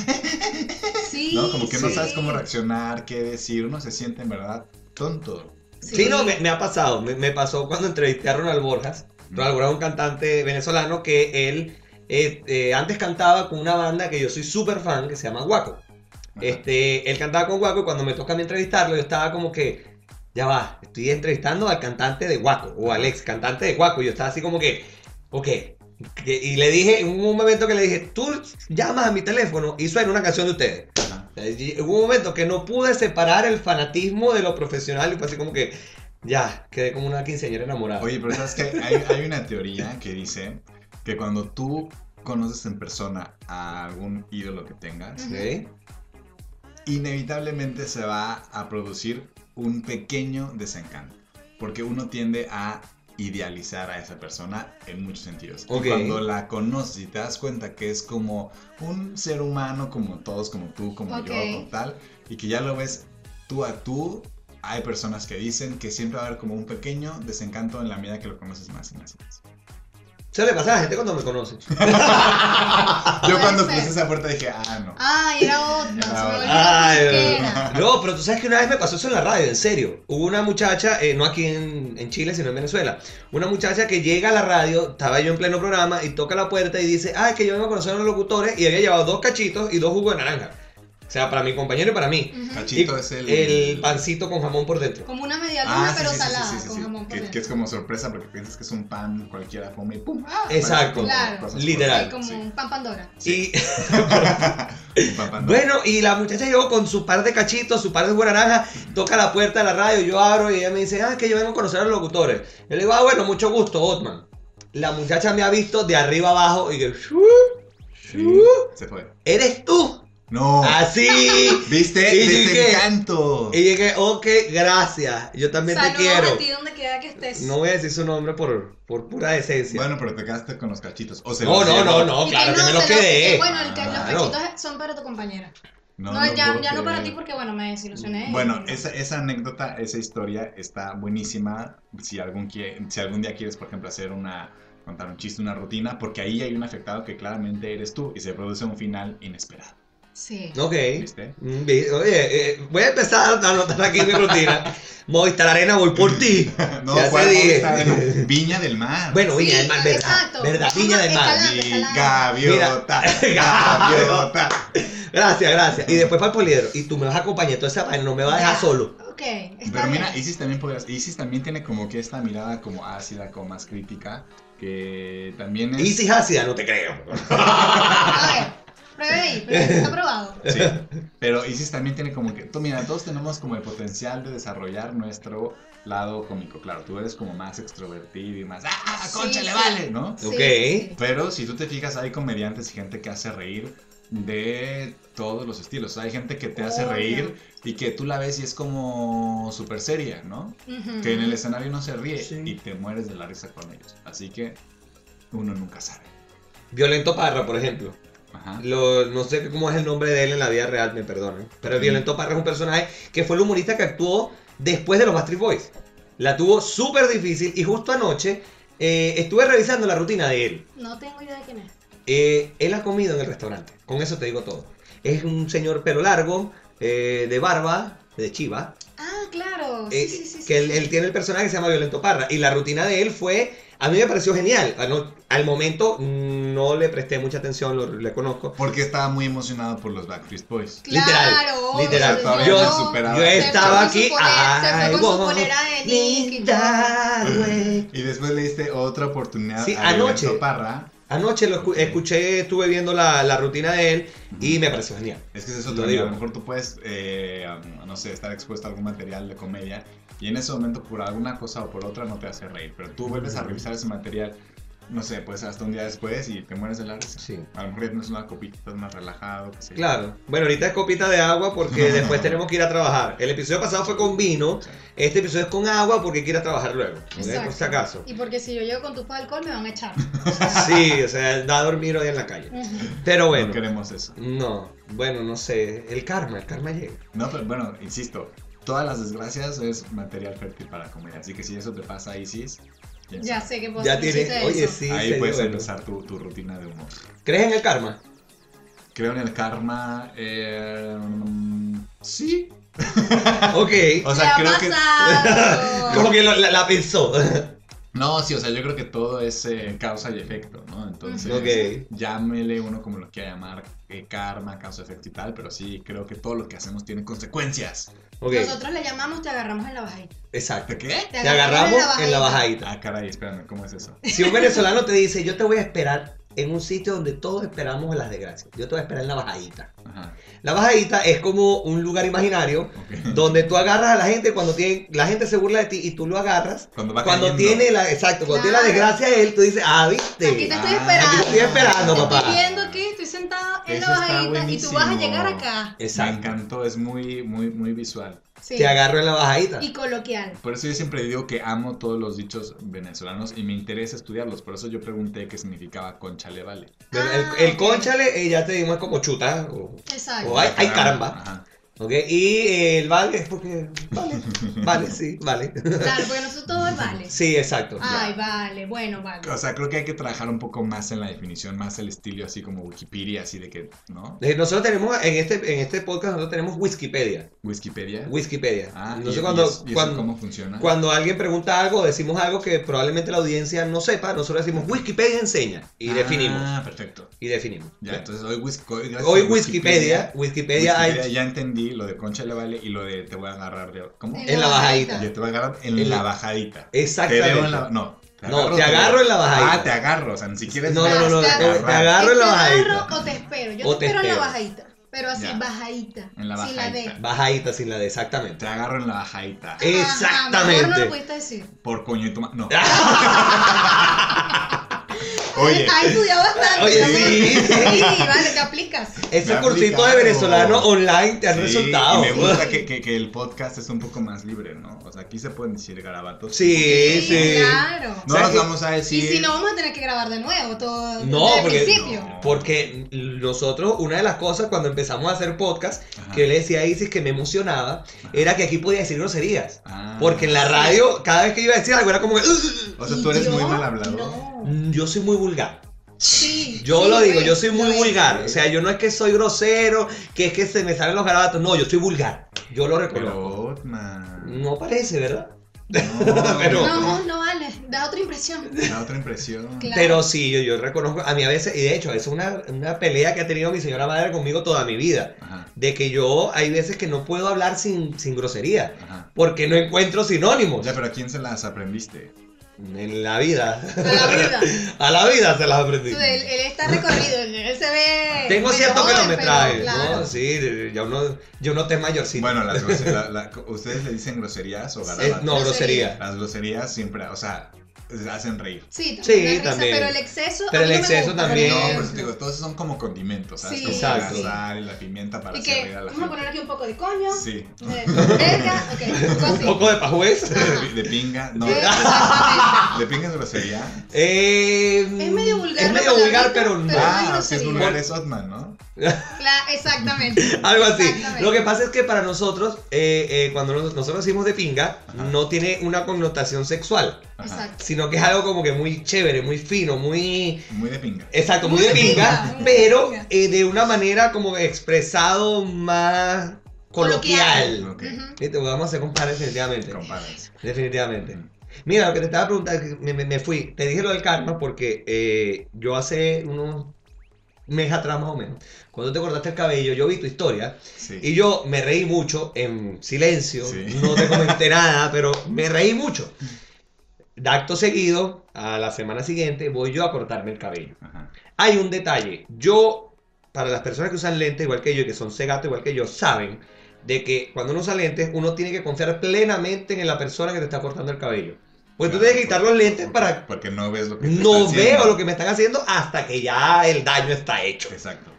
[SPEAKER 3] Sí,
[SPEAKER 4] ¿no? Como que no
[SPEAKER 3] sí.
[SPEAKER 4] sabes cómo reaccionar, qué decir, uno se siente en verdad tonto.
[SPEAKER 2] Sí, no, me, me ha pasado. Me, me pasó cuando entrevisté a Ronald Borjas. Ronald Borjas es un cantante venezolano que él eh, eh, antes cantaba con una banda que yo soy súper fan, que se llama Guaco.
[SPEAKER 4] Ajá.
[SPEAKER 2] Este, él cantaba con Guaco y cuando me toca a mí entrevistarlo, yo estaba como que, ya va, estoy entrevistando al cantante de Guaco, o al ex cantante de Guaco. Yo estaba así como que, ok. que- y le dije, en un momento que le dije, tú llamas a mi teléfono y suena una canción de ustedes.
[SPEAKER 4] Ajá.
[SPEAKER 2] Y Hubo un momento que no pude separar el fanatismo de lo profesional y fue así como que ya, quedé como una quinceañera enamorada.
[SPEAKER 4] Oye, pero sabes que hay, hay una teoría que dice que cuando tú conoces en persona a algún ídolo que tengas,
[SPEAKER 3] Ujú.
[SPEAKER 2] ¿Sí?
[SPEAKER 4] inevitablemente se va a producir un pequeño desencanto, porque uno tiende a idealizar a esa persona en muchos sentidos. Y
[SPEAKER 2] Ok.
[SPEAKER 4] cuando la conoces y te das cuenta que es como un ser humano como todos, como tú, como
[SPEAKER 3] Ok.
[SPEAKER 4] yo, como tal, y que ya lo ves tú a tú, hay personas que dicen que siempre va a haber como un pequeño desencanto en la medida que lo conoces más y más y más.
[SPEAKER 2] Se le pasa a la gente cuando me conoce.
[SPEAKER 4] Yo
[SPEAKER 3] Puede
[SPEAKER 4] cuando
[SPEAKER 3] ser.
[SPEAKER 4] crucé esa puerta dije, ah, no.
[SPEAKER 3] Ay, era Otman, se me olvidó
[SPEAKER 2] Ah, Ay,
[SPEAKER 3] que era.
[SPEAKER 2] No, pero tú sabes que una vez me pasó eso en la radio, en serio. Hubo una muchacha, eh, no aquí en, en Chile, sino en Venezuela. Una muchacha que llega a la radio, estaba yo en pleno programa, y toca la puerta y dice, ah, es que yo vengo a conocer a los locutores, y había llevado dos cachitos y dos jugos de naranja. O sea, para mi compañero y para mí.
[SPEAKER 3] Ujú.
[SPEAKER 4] Cachito
[SPEAKER 2] Y
[SPEAKER 4] es el...
[SPEAKER 2] El pancito con jamón por dentro.
[SPEAKER 3] Como una
[SPEAKER 2] Ah,
[SPEAKER 3] media luna, pero
[SPEAKER 4] Ah, sí, sí, sí,
[SPEAKER 3] salada,
[SPEAKER 4] sí, sí,
[SPEAKER 3] con
[SPEAKER 4] sí.
[SPEAKER 3] jamón por
[SPEAKER 4] que, que es
[SPEAKER 3] dentro.
[SPEAKER 4] como sorpresa porque piensas que es un pan cualquiera come y pum. Ah,
[SPEAKER 2] Exacto.
[SPEAKER 4] Parece como
[SPEAKER 3] Claro.
[SPEAKER 4] cosas
[SPEAKER 2] Literal.
[SPEAKER 3] Sí,
[SPEAKER 4] por-
[SPEAKER 3] como
[SPEAKER 4] sí.
[SPEAKER 3] un pan Pandora.
[SPEAKER 2] Y
[SPEAKER 4] Un pan pan-
[SPEAKER 2] bueno, y la muchacha llegó con su par de cachitos, su par de buena naranja, toca la puerta de la radio, yo abro y ella me dice, ah, es que yo vengo a conocer a los locutores. Yo le digo, ah, bueno, mucho gusto, Otman. La muchacha me ha visto de arriba abajo y que, "Shuu,
[SPEAKER 4] Sí,
[SPEAKER 2] shuu,
[SPEAKER 4] Se fue.
[SPEAKER 2] eres tú.
[SPEAKER 4] No.
[SPEAKER 2] Así.
[SPEAKER 4] ¿Viste?
[SPEAKER 2] Ah, Sí, sí, que-
[SPEAKER 4] Desencanto.
[SPEAKER 2] Y dije, ok, gracias, yo también
[SPEAKER 3] Saludos
[SPEAKER 2] te quiero.
[SPEAKER 3] a ti donde quiera que estés.
[SPEAKER 2] No voy a decir su nombre por, por pura decencia.
[SPEAKER 4] Bueno, pero te quedaste con los cachitos. O se
[SPEAKER 2] no,
[SPEAKER 4] los
[SPEAKER 2] no,
[SPEAKER 4] dieron.
[SPEAKER 2] no, no,
[SPEAKER 3] Y
[SPEAKER 2] Oh, claro que me lo
[SPEAKER 3] se los- que
[SPEAKER 2] quedé.
[SPEAKER 3] Bueno, el que los
[SPEAKER 2] Claro.
[SPEAKER 3] cachitos son para tu compañera. No,
[SPEAKER 4] lo
[SPEAKER 3] ya,
[SPEAKER 4] puedo
[SPEAKER 3] ya no para ti
[SPEAKER 4] creer.
[SPEAKER 3] porque, bueno, me desilusioné.
[SPEAKER 4] Bueno,
[SPEAKER 3] Y-
[SPEAKER 4] esa, esa anécdota, esa historia está buenísima. Si algún, quie- si algún día quieres, por ejemplo, hacer una contar un chiste, una rutina, porque ahí hay un afectado que claramente eres tú y se produce un final inesperado.
[SPEAKER 3] Sí.
[SPEAKER 2] Ok.
[SPEAKER 4] ¿Viste?
[SPEAKER 2] Mm, vi- Oye, eh, voy a empezar a anotar aquí mi rutina. Movistar Arena, voy por ti.
[SPEAKER 4] No,
[SPEAKER 2] Ya se
[SPEAKER 4] ¿cuál vamos a
[SPEAKER 2] dije.
[SPEAKER 4] estar en- Viña del Mar.
[SPEAKER 2] Bueno,
[SPEAKER 3] Sí,
[SPEAKER 2] Viña del Mar, ¿verdad?
[SPEAKER 3] exacto.
[SPEAKER 2] ¿Verdad? Viña del Mar.
[SPEAKER 3] Escalante,
[SPEAKER 4] Y
[SPEAKER 3] escalante.
[SPEAKER 4] gaviota, gaviota.
[SPEAKER 2] Gracias, gracias. Y después para el poliedro. Y tú me vas a acompañar toda esa vaina, no me vas a dejar
[SPEAKER 3] Ya.
[SPEAKER 2] solo.
[SPEAKER 3] Ok, está
[SPEAKER 4] Pero mira,
[SPEAKER 3] bien.
[SPEAKER 4] Isis también podrías, Isis también tiene como que esta mirada como ácida, como más crítica, que también es...
[SPEAKER 2] Y si es ácida, no te creo.
[SPEAKER 3] A ver, pruebe ahí, pruebe. Aprobado.
[SPEAKER 4] Sí, pero Isis también tiene como que, tú mira, todos tenemos como el potencial de desarrollar nuestro lado cómico. Claro, tú eres como más extrovertido y más, ¡ah,
[SPEAKER 3] Sí,
[SPEAKER 4] concha, le
[SPEAKER 3] sí.
[SPEAKER 4] vale! ¿No?
[SPEAKER 3] Sí,
[SPEAKER 2] Ok.
[SPEAKER 3] sí, sí.
[SPEAKER 4] Pero si tú te fijas, hay comediantes y gente que hace reír de todos los estilos. Hay gente que te hace
[SPEAKER 3] Obvio.
[SPEAKER 4] reír y que tú la ves y es como súper seria, ¿no?
[SPEAKER 3] Ujú.
[SPEAKER 4] Que en el escenario no se ríe
[SPEAKER 2] Sí.
[SPEAKER 4] y te mueres de la risa con ellos. Así que uno nunca sabe.
[SPEAKER 2] Violento Parra, por ejemplo.
[SPEAKER 4] Ajá.
[SPEAKER 2] Lo- no sé cómo es el nombre de él en la vida real, me perdonen.
[SPEAKER 3] Mm.
[SPEAKER 2] Pero Violento Parra es un personaje que fue el humorista que actuó después de los Bastard Boys. La tuvo súper difícil y justo anoche eh, estuve revisando la rutina de él.
[SPEAKER 3] No tengo idea de quién es.
[SPEAKER 2] Eh, él ha comido en el restaurante, con eso te digo todo. Es un señor pelo largo, eh, de barba, de chiva,
[SPEAKER 3] Ah, claro. Sí,
[SPEAKER 2] eh,
[SPEAKER 3] sí, sí.
[SPEAKER 2] que
[SPEAKER 3] sí,
[SPEAKER 2] él,
[SPEAKER 3] sí.
[SPEAKER 2] él tiene el personaje que se llama Violento Parra. Y la rutina de él fue, a mí me pareció genial. Ah, no, al momento mm, no le presté mucha atención, lo, le conozco.
[SPEAKER 4] Porque estaba muy emocionado por los Backstreet Boys.
[SPEAKER 2] literal,
[SPEAKER 3] Claro,
[SPEAKER 2] literal.
[SPEAKER 3] obvio,
[SPEAKER 4] Yo-
[SPEAKER 3] no.
[SPEAKER 4] superaba.
[SPEAKER 2] Yo
[SPEAKER 4] Se fue
[SPEAKER 2] estaba
[SPEAKER 3] con su
[SPEAKER 2] aquí,
[SPEAKER 3] polera- se fue
[SPEAKER 2] ay,
[SPEAKER 3] con su
[SPEAKER 2] wow,
[SPEAKER 3] polera de Nick y
[SPEAKER 2] linda, güey.
[SPEAKER 4] Y después le diste otra oportunidad
[SPEAKER 2] Sí,
[SPEAKER 4] a Violento
[SPEAKER 2] anoche.
[SPEAKER 4] Parra.
[SPEAKER 2] Anoche lo escu-
[SPEAKER 4] Ok.
[SPEAKER 2] escuché, estuve viendo la, la rutina de él y me pareció genial.
[SPEAKER 4] Es que ese es
[SPEAKER 2] Lo
[SPEAKER 4] otro
[SPEAKER 2] digo.
[SPEAKER 4] A lo mejor tú puedes, eh, um, no sé, estar expuesto a algún material de comedia y en ese momento por alguna cosa o por otra no te hace reír. Pero tú vuelves a revisar ese material, no sé, pues hasta un día después y te mueres de la risa.
[SPEAKER 2] Sí.
[SPEAKER 4] A lo mejor ya tienes una copita estás más relajado. qué sé yo.
[SPEAKER 2] Claro. Bueno, ahorita es copita de agua porque después tenemos que ir a trabajar. El episodio pasado fue con vino,
[SPEAKER 4] O sea,
[SPEAKER 2] este episodio es con agua porque quiere trabajar luego. ¿ok? Por si
[SPEAKER 3] Exacto.
[SPEAKER 2] acaso.
[SPEAKER 3] Y porque si yo llego con tu de alcohol me van a echar.
[SPEAKER 2] Sí, o sea, da a dormir hoy en la calle.
[SPEAKER 3] Ujú.
[SPEAKER 2] Pero bueno.
[SPEAKER 4] No queremos eso.
[SPEAKER 2] No, bueno, no sé. El karma, el karma llega.
[SPEAKER 4] No, pero bueno, insisto, todas las desgracias es material fértil para comedia. Así que si eso te pasa, Isis, quién
[SPEAKER 3] Ya
[SPEAKER 4] sabe.
[SPEAKER 3] sé que puedo
[SPEAKER 2] Ya
[SPEAKER 3] hacer un chiste
[SPEAKER 2] tiene.
[SPEAKER 3] de
[SPEAKER 2] Oye,
[SPEAKER 3] eso.
[SPEAKER 2] sí,
[SPEAKER 4] Ahí
[SPEAKER 2] sería
[SPEAKER 4] puedes
[SPEAKER 2] bueno.
[SPEAKER 4] empezar tu, tu rutina de humor.
[SPEAKER 2] ¿Crees en el karma?
[SPEAKER 4] Creo en el karma. eh, sí.
[SPEAKER 2] Ok.
[SPEAKER 4] O sea,
[SPEAKER 3] Me ha
[SPEAKER 4] creo que.
[SPEAKER 3] pasado.
[SPEAKER 2] Como que lo- la, la pensó.
[SPEAKER 4] No, sí, o sea, yo creo que todo es eh, causa y efecto, ¿no? Entonces,
[SPEAKER 2] Ok.
[SPEAKER 4] llámele uno como lo quiera llamar, eh, karma, causa, efecto y tal, pero sí, creo que todo lo que hacemos tiene consecuencias.
[SPEAKER 2] Ok,
[SPEAKER 3] Nosotros le llamamos, te agarramos en la bajadita.
[SPEAKER 2] exacto.
[SPEAKER 4] ¿De qué?
[SPEAKER 2] Te agarramos en la bajadita.
[SPEAKER 4] Ah, caray, espérame, ¿cómo es eso?
[SPEAKER 2] Si un venezolano te dice, yo te voy a esperar en un sitio donde todos esperamos las desgracias, yo te voy a esperar en la bajadita.
[SPEAKER 4] Ajá,
[SPEAKER 2] La bajadita es como un lugar imaginario
[SPEAKER 4] ok.
[SPEAKER 2] donde tú agarras a la gente cuando tiene, la gente se burla de ti y tú lo agarras.
[SPEAKER 4] Cuando va
[SPEAKER 2] Cuando
[SPEAKER 4] cayendo.
[SPEAKER 2] tiene la, exacto, cuando tiene la
[SPEAKER 3] Claro.
[SPEAKER 2] desgracia de él, tú dices, ah, viste.
[SPEAKER 3] Aquí te estoy
[SPEAKER 4] Ah,
[SPEAKER 3] esperando.
[SPEAKER 2] aquí te estoy esperando,
[SPEAKER 3] Te
[SPEAKER 2] papá.
[SPEAKER 3] Estoy viendo aquí, estoy sentada en
[SPEAKER 4] Eso
[SPEAKER 3] la
[SPEAKER 4] está
[SPEAKER 3] bajadita y tú vas a
[SPEAKER 4] buenísimo.
[SPEAKER 3] llegar acá.
[SPEAKER 4] Me
[SPEAKER 2] Exacto.
[SPEAKER 4] encantó, es muy, muy, muy visual.
[SPEAKER 3] Sí.
[SPEAKER 2] Te agarro en la bajadita.
[SPEAKER 3] Y coloquial.
[SPEAKER 4] Por eso yo siempre digo que amo todos los dichos venezolanos y me interesa estudiarlos. Por eso yo pregunté qué significaba concha le vale.
[SPEAKER 2] Bueno,
[SPEAKER 3] Ah,
[SPEAKER 2] el, el
[SPEAKER 3] ok.
[SPEAKER 2] conchale, eh, ya te dimos como chuta. o-
[SPEAKER 3] Exacto.
[SPEAKER 2] O hay- ay, caramba.
[SPEAKER 4] Ajá.
[SPEAKER 2] ¿Ok? Y eh, el vale es porque. Vale. Vale, sí, vale.
[SPEAKER 3] Claro, porque nosotros todo es vale.
[SPEAKER 2] Sí, exacto.
[SPEAKER 3] Ay, vale, bueno, vale.
[SPEAKER 4] O sea, creo que hay que trabajar un poco más en la definición, más el estilo así como Wikipedia, así de que, ¿no?
[SPEAKER 2] Eh, Nosotros tenemos, en este, en este podcast, nosotros tenemos Wikipedia.
[SPEAKER 4] Wikipedia.
[SPEAKER 2] Wikipedia.
[SPEAKER 4] Ah, y-
[SPEAKER 2] Entonces,
[SPEAKER 4] y
[SPEAKER 2] cuando,
[SPEAKER 4] eso- y eso
[SPEAKER 2] cuando,
[SPEAKER 4] ¿cómo funciona?
[SPEAKER 2] cuando alguien pregunta algo, decimos algo que probablemente la audiencia no sepa, nosotros decimos Wikipedia enseña. Y
[SPEAKER 4] Ah,
[SPEAKER 2] definimos.
[SPEAKER 4] perfecto.
[SPEAKER 2] Y definimos.
[SPEAKER 4] Ya, entonces hoy, Wis- hoy, gracias
[SPEAKER 2] Hoy
[SPEAKER 4] a
[SPEAKER 2] Wikipedia, Wikipedia, hay
[SPEAKER 4] Wikipedia, ya entendí lo de Concha le vale y lo de te voy a agarrar de. ¿Cómo?
[SPEAKER 2] En la bajadita.
[SPEAKER 4] Yo te voy a agarrar en
[SPEAKER 2] En-
[SPEAKER 4] la bajadita. Te
[SPEAKER 2] Exactamente.
[SPEAKER 4] veo en la. No.
[SPEAKER 2] No, te agarro en la bajadita.
[SPEAKER 4] Ah, te agarro. O sea, ni siquiera es-
[SPEAKER 2] No, no, no, no,
[SPEAKER 3] Basta.
[SPEAKER 2] te, te agarro en la bajadita.
[SPEAKER 3] o te espero. Yo
[SPEAKER 2] O
[SPEAKER 3] te
[SPEAKER 2] te
[SPEAKER 3] espero en la
[SPEAKER 2] espero.
[SPEAKER 3] bajadita. Pero así,
[SPEAKER 4] Ya.
[SPEAKER 3] bajadita.
[SPEAKER 4] En la
[SPEAKER 3] Sin la D.
[SPEAKER 4] bajadita.
[SPEAKER 2] Bajadita sin la D, exactamente.
[SPEAKER 4] Te agarro en la bajadita.
[SPEAKER 2] Eh. Exactamente.
[SPEAKER 3] Ajá, mejor no lo pudiste decir.
[SPEAKER 4] Por coño y tu ma- No.
[SPEAKER 3] Oye.
[SPEAKER 4] Oye.
[SPEAKER 3] Has estudiado bastante.
[SPEAKER 2] Oye,
[SPEAKER 3] mi amor.
[SPEAKER 2] sí.
[SPEAKER 3] Sí, vale, te aplicas.
[SPEAKER 4] Me
[SPEAKER 2] Ese
[SPEAKER 4] ha
[SPEAKER 2] cursito Este de
[SPEAKER 4] aplicado.
[SPEAKER 2] venezolano online te ha
[SPEAKER 4] Sí,
[SPEAKER 2] resultado.
[SPEAKER 4] y me gusta que, que- que el podcast es un poco más libre, ¿no? O sea, aquí se pueden decir garabatos.
[SPEAKER 2] Sí, sí.
[SPEAKER 3] Claro.
[SPEAKER 4] No
[SPEAKER 2] O sea
[SPEAKER 4] nos
[SPEAKER 2] que-
[SPEAKER 4] vamos a
[SPEAKER 3] Y
[SPEAKER 4] decir.
[SPEAKER 3] si no, vamos a tener que grabar de nuevo todo
[SPEAKER 2] No,
[SPEAKER 3] desde el
[SPEAKER 2] porque-
[SPEAKER 3] principio.
[SPEAKER 4] no.
[SPEAKER 2] Porque nosotros, una de las cosas cuando empezamos a hacer podcast,
[SPEAKER 4] Ajá.
[SPEAKER 2] que yo le decía a Isis que me emocionaba, era que aquí podía decir groserías.
[SPEAKER 4] Ah.
[SPEAKER 2] Porque en la radio, cada vez que iba a decir algo, era como que. "Ugh".
[SPEAKER 4] O sea, tú eres
[SPEAKER 3] Y
[SPEAKER 4] muy
[SPEAKER 3] yo,
[SPEAKER 4] mal hablado.
[SPEAKER 3] No.
[SPEAKER 2] Mm, Yo soy muy vulgar.
[SPEAKER 3] Sí.
[SPEAKER 2] Yo
[SPEAKER 3] sí,
[SPEAKER 2] lo digo,
[SPEAKER 3] es,
[SPEAKER 2] yo soy muy
[SPEAKER 3] lo es.
[SPEAKER 2] vulgar. O sea, yo no es que soy grosero, que es que se me salen los garabatos. No, yo soy vulgar. Yo lo
[SPEAKER 4] Pero,
[SPEAKER 2] reconozco.
[SPEAKER 4] Otman.
[SPEAKER 2] No parece, ¿verdad?
[SPEAKER 4] No,
[SPEAKER 2] Pero-
[SPEAKER 3] No, no vale. Da otra impresión.
[SPEAKER 4] Da otra impresión.
[SPEAKER 3] Claro.
[SPEAKER 2] Pero sí, yo, yo reconozco, a mí a veces, y de hecho, es una, una pelea que ha tenido mi señora madre conmigo toda mi vida,
[SPEAKER 4] Ajá,
[SPEAKER 2] de que yo hay veces que no puedo hablar sin, sin grosería,
[SPEAKER 4] ajá.
[SPEAKER 2] porque no encuentro sinónimos
[SPEAKER 4] Ya, pero ¿a quién se las aprendiste?
[SPEAKER 2] en la vida.
[SPEAKER 3] A la vida.
[SPEAKER 2] A la vida se las aprendí.
[SPEAKER 3] Tú, Él, él está recorrido, él él se ve.
[SPEAKER 2] Tengo
[SPEAKER 3] medio
[SPEAKER 2] cierto que
[SPEAKER 3] joven,
[SPEAKER 2] no me
[SPEAKER 3] pero
[SPEAKER 2] trae,
[SPEAKER 3] claro.
[SPEAKER 2] ¿no? Sí, ya uno, yo no te mayorcito.
[SPEAKER 4] Bueno, las grose- la- la- ¿ustedes le dicen groserías o
[SPEAKER 2] Eh,
[SPEAKER 4] garabatos?
[SPEAKER 2] no,
[SPEAKER 3] Grosería.
[SPEAKER 2] grosería.
[SPEAKER 4] Las groserías siempre, o sea, hacen reír.
[SPEAKER 3] Sí, también.
[SPEAKER 2] Sí,
[SPEAKER 3] da risa,
[SPEAKER 2] también.
[SPEAKER 3] Pero el exceso. a
[SPEAKER 2] Pero
[SPEAKER 3] mí
[SPEAKER 2] el
[SPEAKER 3] no me
[SPEAKER 2] exceso
[SPEAKER 3] gusta,
[SPEAKER 2] también.
[SPEAKER 4] No,
[SPEAKER 3] por
[SPEAKER 4] pero
[SPEAKER 3] ejemplo.
[SPEAKER 4] te digo, todos esos son como condimentos, ¿sabes?
[SPEAKER 3] Sí,
[SPEAKER 4] como
[SPEAKER 2] Exacto.
[SPEAKER 4] la sal y la pimienta para
[SPEAKER 3] Y
[SPEAKER 4] hacer
[SPEAKER 3] que
[SPEAKER 4] reír a la
[SPEAKER 3] vamos a poner aquí
[SPEAKER 4] gente.
[SPEAKER 3] un poco de coño.
[SPEAKER 4] Sí.
[SPEAKER 3] De verga. Ok, un poco
[SPEAKER 2] Un
[SPEAKER 3] así. Eh,
[SPEAKER 2] poco de pajuez.
[SPEAKER 4] De, de pinga, no.
[SPEAKER 3] Exactamente.
[SPEAKER 4] ¿De pinga es grosería?
[SPEAKER 2] Eh,
[SPEAKER 3] Es medio vulgar.
[SPEAKER 2] Es
[SPEAKER 3] la
[SPEAKER 2] medio
[SPEAKER 3] palabrita,
[SPEAKER 2] vulgar, pero no.
[SPEAKER 3] Pero no hay
[SPEAKER 4] ah, si es
[SPEAKER 3] grosería.
[SPEAKER 4] vulgar es Otman, ¿no?
[SPEAKER 3] Cla- exactamente.
[SPEAKER 2] Algo así.
[SPEAKER 3] Exactamente.
[SPEAKER 2] Lo que pasa es que para nosotros, eh, eh, cuando nos- nosotros decimos de pinga,
[SPEAKER 4] Ajá.
[SPEAKER 2] no tiene una connotación sexual,
[SPEAKER 4] Ajá.
[SPEAKER 3] Exacto.
[SPEAKER 2] sino que es algo como que muy chévere, muy fino, muy...
[SPEAKER 4] Muy de pinga.
[SPEAKER 2] Exacto, muy,
[SPEAKER 3] Muy
[SPEAKER 2] de
[SPEAKER 3] de
[SPEAKER 2] pinga,
[SPEAKER 3] pinga, muy
[SPEAKER 2] pero
[SPEAKER 3] de pinga.
[SPEAKER 2] eh, de una manera como expresado más
[SPEAKER 3] Coloquial.
[SPEAKER 2] coloquial.
[SPEAKER 4] Ok,
[SPEAKER 3] Ujú.
[SPEAKER 2] ¿Viste? Vamos a hacer compadre definitivamente.
[SPEAKER 4] comparas.
[SPEAKER 2] Definitivamente. Mira, lo que te estaba preguntando, que me, me- me fui. Te dije lo del karma porque eh, yo hace unos meses atrás más o menos, cuando te cortaste el cabello, yo vi tu historia
[SPEAKER 4] Sí.
[SPEAKER 2] y yo me reí mucho en silencio,
[SPEAKER 4] Sí.
[SPEAKER 2] no te comenté nada, pero me reí mucho. De acto seguido, a la semana siguiente, voy yo a cortarme el cabello.
[SPEAKER 4] Ajá.
[SPEAKER 2] Hay un detalle. Yo, para las personas que usan lentes igual que yo y que son cegato igual que yo, saben de que cuando uno usa lentes, uno tiene que confiar plenamente en la persona que te está cortando el cabello. Porque pues, tú
[SPEAKER 4] Claro,
[SPEAKER 2] tienes que quitar los lentes
[SPEAKER 4] porque-
[SPEAKER 2] para...
[SPEAKER 4] Porque no ves lo que te está
[SPEAKER 2] No
[SPEAKER 4] haciendo.
[SPEAKER 2] veo lo que me están haciendo hasta que ya el daño está hecho.
[SPEAKER 4] Exacto.